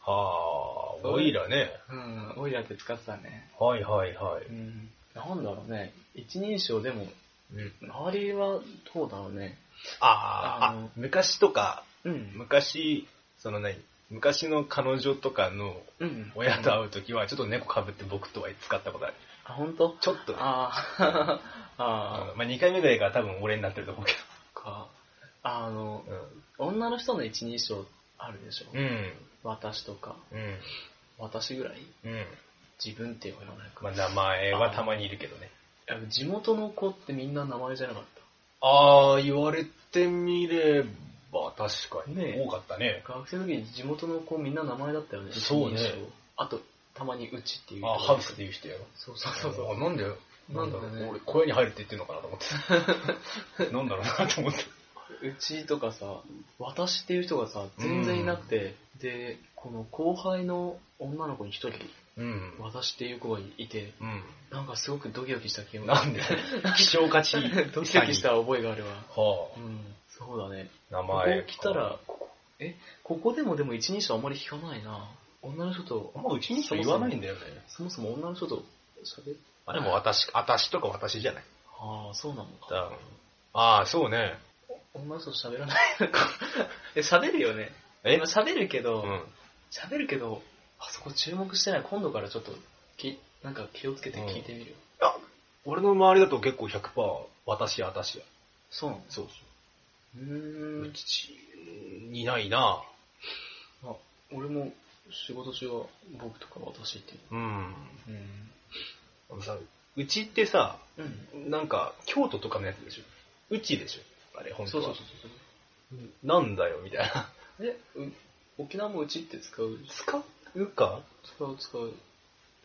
Speaker 2: あ、オイラね。
Speaker 1: うん、オイラって使ってたね。。
Speaker 2: はいはいはいう
Speaker 1: ん、なんだろうね。一人称でも、
Speaker 2: うん、
Speaker 1: 周りはどうだろうね。あ
Speaker 2: あー
Speaker 1: の
Speaker 2: あ、昔とか、
Speaker 1: うん。
Speaker 2: 昔、その何、昔の彼女とかの
Speaker 1: うん。
Speaker 2: 親と会うときは、ちょっと猫かぶって僕とは使ったことある。
Speaker 1: あ、ほんと
Speaker 2: ちょっとね、
Speaker 1: あー あ
Speaker 2: あのまあ、2回目ぐらいから多分俺になってると思うけ
Speaker 1: ー、か。あの、
Speaker 2: ど。
Speaker 1: 女の人の一人称あるでしょ、
Speaker 2: うん。うん。
Speaker 1: 私とか
Speaker 2: うん。
Speaker 1: 私ぐらい
Speaker 2: うん。
Speaker 1: 自分って言わないか
Speaker 2: まあ、名前はたまにいるけどね。
Speaker 1: ら、いや地元の子ってみんな名前じゃなかっ
Speaker 2: ああ、言われてみれば確かに、
Speaker 1: ねえ
Speaker 2: 多かったね。
Speaker 1: た学生の時に地元の子みんな名前だったよね
Speaker 2: そうね
Speaker 1: 一人称あとたまにうちっていう人
Speaker 2: あハウスっていう人やろ。
Speaker 1: そうそうそうそう
Speaker 2: あなんで
Speaker 1: なんだ
Speaker 2: ろ
Speaker 1: ろうね
Speaker 2: 俺、小屋に入るって言ってんのかなと思 って。なんだろうなと思って。
Speaker 1: うちとかさ私っていう人がさ全然いなくて、でこの後輩の女の子に一人
Speaker 2: うん。
Speaker 1: 私っていう子がいて
Speaker 2: う
Speaker 1: なんかすごくドキドキした気
Speaker 2: ん。
Speaker 1: 分
Speaker 2: なんで 希少価 値
Speaker 1: ドキドキした覚えがあるわ
Speaker 2: は
Speaker 1: うんそうだね
Speaker 2: あ、名
Speaker 1: ここ
Speaker 2: 前。
Speaker 1: 来たら、ここ、え、ここでもでも一人称あんまり聞かないな。女の人と
Speaker 2: あ、んまうちに人言わないんだよね。
Speaker 1: そもそも女の人と喋っ
Speaker 2: あ、でも私、私とか私じゃない。
Speaker 1: ああ、そうなのか。
Speaker 2: だああ、そうね。
Speaker 1: 女の人と喋らないのか。 え、喋るよね。
Speaker 2: え
Speaker 1: 今喋るけ
Speaker 2: う
Speaker 1: ど、
Speaker 2: ん。
Speaker 1: 喋るけど、あそこ注目してない。今度からちょっと、き、なんか気をつけて聞いてみるよ。
Speaker 2: あ、俺の周りだと結構100%私、私や。
Speaker 1: そうなの
Speaker 2: そうそうう。
Speaker 1: ー。
Speaker 2: うんちにないな。
Speaker 1: あ、俺も仕事中は僕とか私って
Speaker 2: うん。
Speaker 1: 言う。
Speaker 2: あのさ、うちってさ、
Speaker 1: うん。うん。
Speaker 2: なんか、京都とかのやつでしょ。うちでしょ。あれ、本当
Speaker 1: そう
Speaker 2: は。
Speaker 1: そうそうそう。
Speaker 2: なんだよ、みたいな。
Speaker 1: え、う沖縄もうちって使うでしょ
Speaker 2: 使うか
Speaker 1: 使う使う。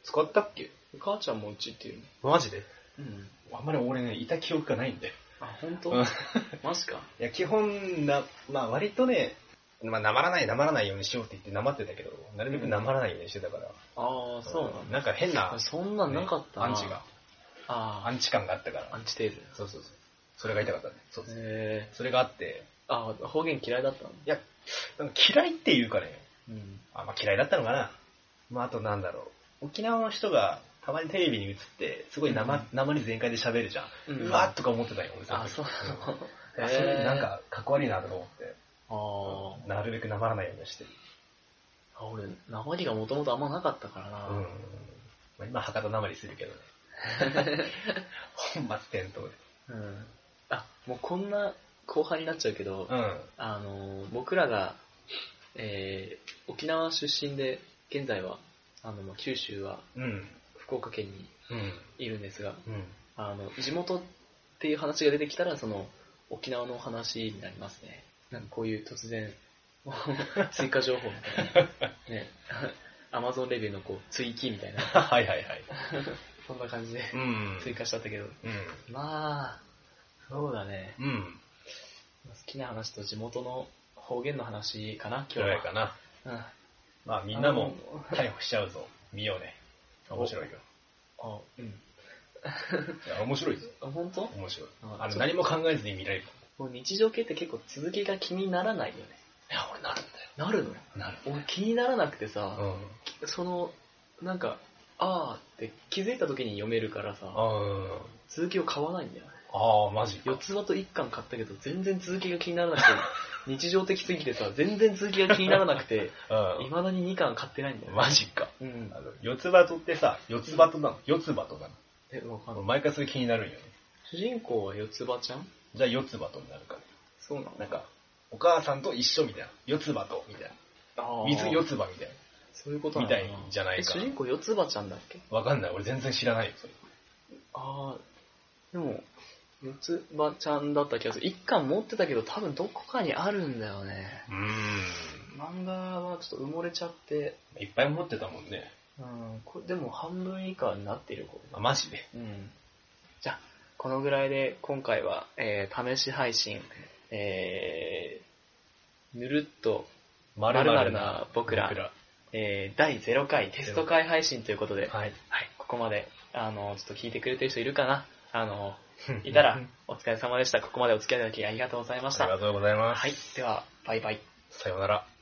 Speaker 2: 使ったっけ
Speaker 1: 母ちゃんもうちっていうね。
Speaker 2: マジで
Speaker 1: うん。
Speaker 2: あんまり俺ね、いた記憶がないんだよ。
Speaker 1: あ、本当
Speaker 2: うん
Speaker 1: マジか。
Speaker 2: いや、基本な、まあ割とね、まあ、なまらない、なまらないようにしようって言って、なまってたけど、なるべくなまらないようにしてたから。
Speaker 1: ああ、そうなんだ。
Speaker 2: なんか変な、
Speaker 1: そんなんなかったな。
Speaker 2: アンチが。。ア
Speaker 1: あ
Speaker 2: ンチ感があったか
Speaker 1: あ、ア
Speaker 2: ら。
Speaker 1: ンチテーゼ。
Speaker 2: そうそうそう。それが痛かったね。そうそう。
Speaker 1: へえ。
Speaker 2: それがあって、
Speaker 1: ああ、方言嫌いだったの
Speaker 2: いや、なんか嫌いっていうかね、
Speaker 1: うん。
Speaker 2: あ、まあ嫌いだったのかな。まああとなんだろう。沖縄の人がたまにテレビに映って、すごい生、
Speaker 1: うん
Speaker 2: 生に全開で喋るじゃん。
Speaker 1: う
Speaker 2: うんわーっとか思ってたよ、俺
Speaker 1: あ、そうな
Speaker 2: なの。
Speaker 1: の。
Speaker 2: あそれなんか、かっこ悪いなと思って、
Speaker 1: あー
Speaker 2: なるべくなまらないようにしてる。
Speaker 1: あ、俺、訛りがもともとあんまなかったからな。
Speaker 2: うん。まあ、今、博多なまりするけ どね。本末転倒で。
Speaker 1: うんあ、もうこんな後半になっちゃうけど、
Speaker 2: うん。
Speaker 1: あのー、僕らが、えー、沖縄出身で、現在は、あの、まあ九州は
Speaker 2: うん。
Speaker 1: 福岡県に
Speaker 2: うん。
Speaker 1: いるんですが、
Speaker 2: うん。
Speaker 1: あの、地元っていう話が出てきたら、その、沖縄のお話になりますね。なんかこういう突然、 もう追加情報みたいな。ね。 アマゾンレビューのこう、追記みたいな。
Speaker 2: はいはいはい。
Speaker 1: そんな感じで
Speaker 2: うん
Speaker 1: 追加しちゃったけど。
Speaker 2: うん。
Speaker 1: まあ、そうだね。
Speaker 2: うん。
Speaker 1: 好きな話と地元の方言の話かな、
Speaker 2: ぐ
Speaker 1: 今日
Speaker 2: らい
Speaker 1: は。
Speaker 2: かな。
Speaker 1: うん
Speaker 2: まあみんな
Speaker 1: あ
Speaker 2: も
Speaker 1: の
Speaker 2: 逮捕しちゃうぞ。見ようね。面白いよ。
Speaker 1: あ、うん。
Speaker 2: いや面白いですよ。
Speaker 1: あ、本当
Speaker 2: 面白い。
Speaker 1: あ
Speaker 2: あの
Speaker 1: ちょ
Speaker 2: 何も考えずに見られる。
Speaker 1: もう日常系って結構続きが気にならないよね。
Speaker 2: いや、俺なるんだよ。
Speaker 1: なるのよ。
Speaker 2: なる。
Speaker 1: 俺気にならなくてさ、
Speaker 2: うん。
Speaker 1: その、なんか、あーって気づいた時に読めるからさ、
Speaker 2: あ
Speaker 1: 続きを買わないんだよね。
Speaker 2: あー、マジか
Speaker 1: 四。つ葉と一巻買ったけど、全然続きが気にならなく て、日常的すぎてさ、全然続きが気にならなく て、
Speaker 2: う
Speaker 1: 未だに二巻買ってないんだよ
Speaker 2: ん。
Speaker 1: ね。
Speaker 2: マジか。
Speaker 1: うん
Speaker 2: あ。の、四つ葉とってさ、四つ葉となの四つ葉となの
Speaker 1: え、わか
Speaker 2: あ
Speaker 1: んな
Speaker 2: の
Speaker 1: い。
Speaker 2: 毎回それ気になるんよね。
Speaker 1: 主人公は四つ葉ちゃん
Speaker 2: じゃあ四つ葉とになるから。
Speaker 1: そうなの
Speaker 2: なんか、お母さんと一緒みたいな。四つ葉と、みたい
Speaker 1: あ
Speaker 2: な。
Speaker 1: ー
Speaker 2: 水四つ葉みたい
Speaker 1: そういうこと
Speaker 2: な。
Speaker 1: な
Speaker 2: み
Speaker 1: のか
Speaker 2: た
Speaker 1: ない
Speaker 2: じゃない
Speaker 1: え、
Speaker 2: か
Speaker 1: 主。人公四つ葉ちゃんだっけ
Speaker 2: わかんない。俺全然知らないよ、それ。
Speaker 1: ああ、でも、四つ葉ちゃんだった気がする。一巻持ってたけど、多分どこかにあるんだよね。
Speaker 2: うーん。
Speaker 1: 漫画はちょっと埋もれちゃって、
Speaker 2: いっぱい持ってたもんね。
Speaker 1: うん、これでも半分以下になってる、こ
Speaker 2: あ、マジで。
Speaker 1: れ。うん。じゃあ、このぐらいで今回は、えー試し配信、えー、ぬるっと、
Speaker 2: ま
Speaker 1: るまるな僕ら
Speaker 2: ら。
Speaker 1: えー、第0回テスト会配信ということで、
Speaker 2: はい。
Speaker 1: はい、ここまで、あの、ちょっと聞いてくれてる人いるかなあの、いたら
Speaker 2: あり、
Speaker 1: お疲れ様でした。ここまでお付き合いいただきありがとうございました。
Speaker 2: がとうございます。
Speaker 1: はい、では、バイバイ。
Speaker 2: さようなら。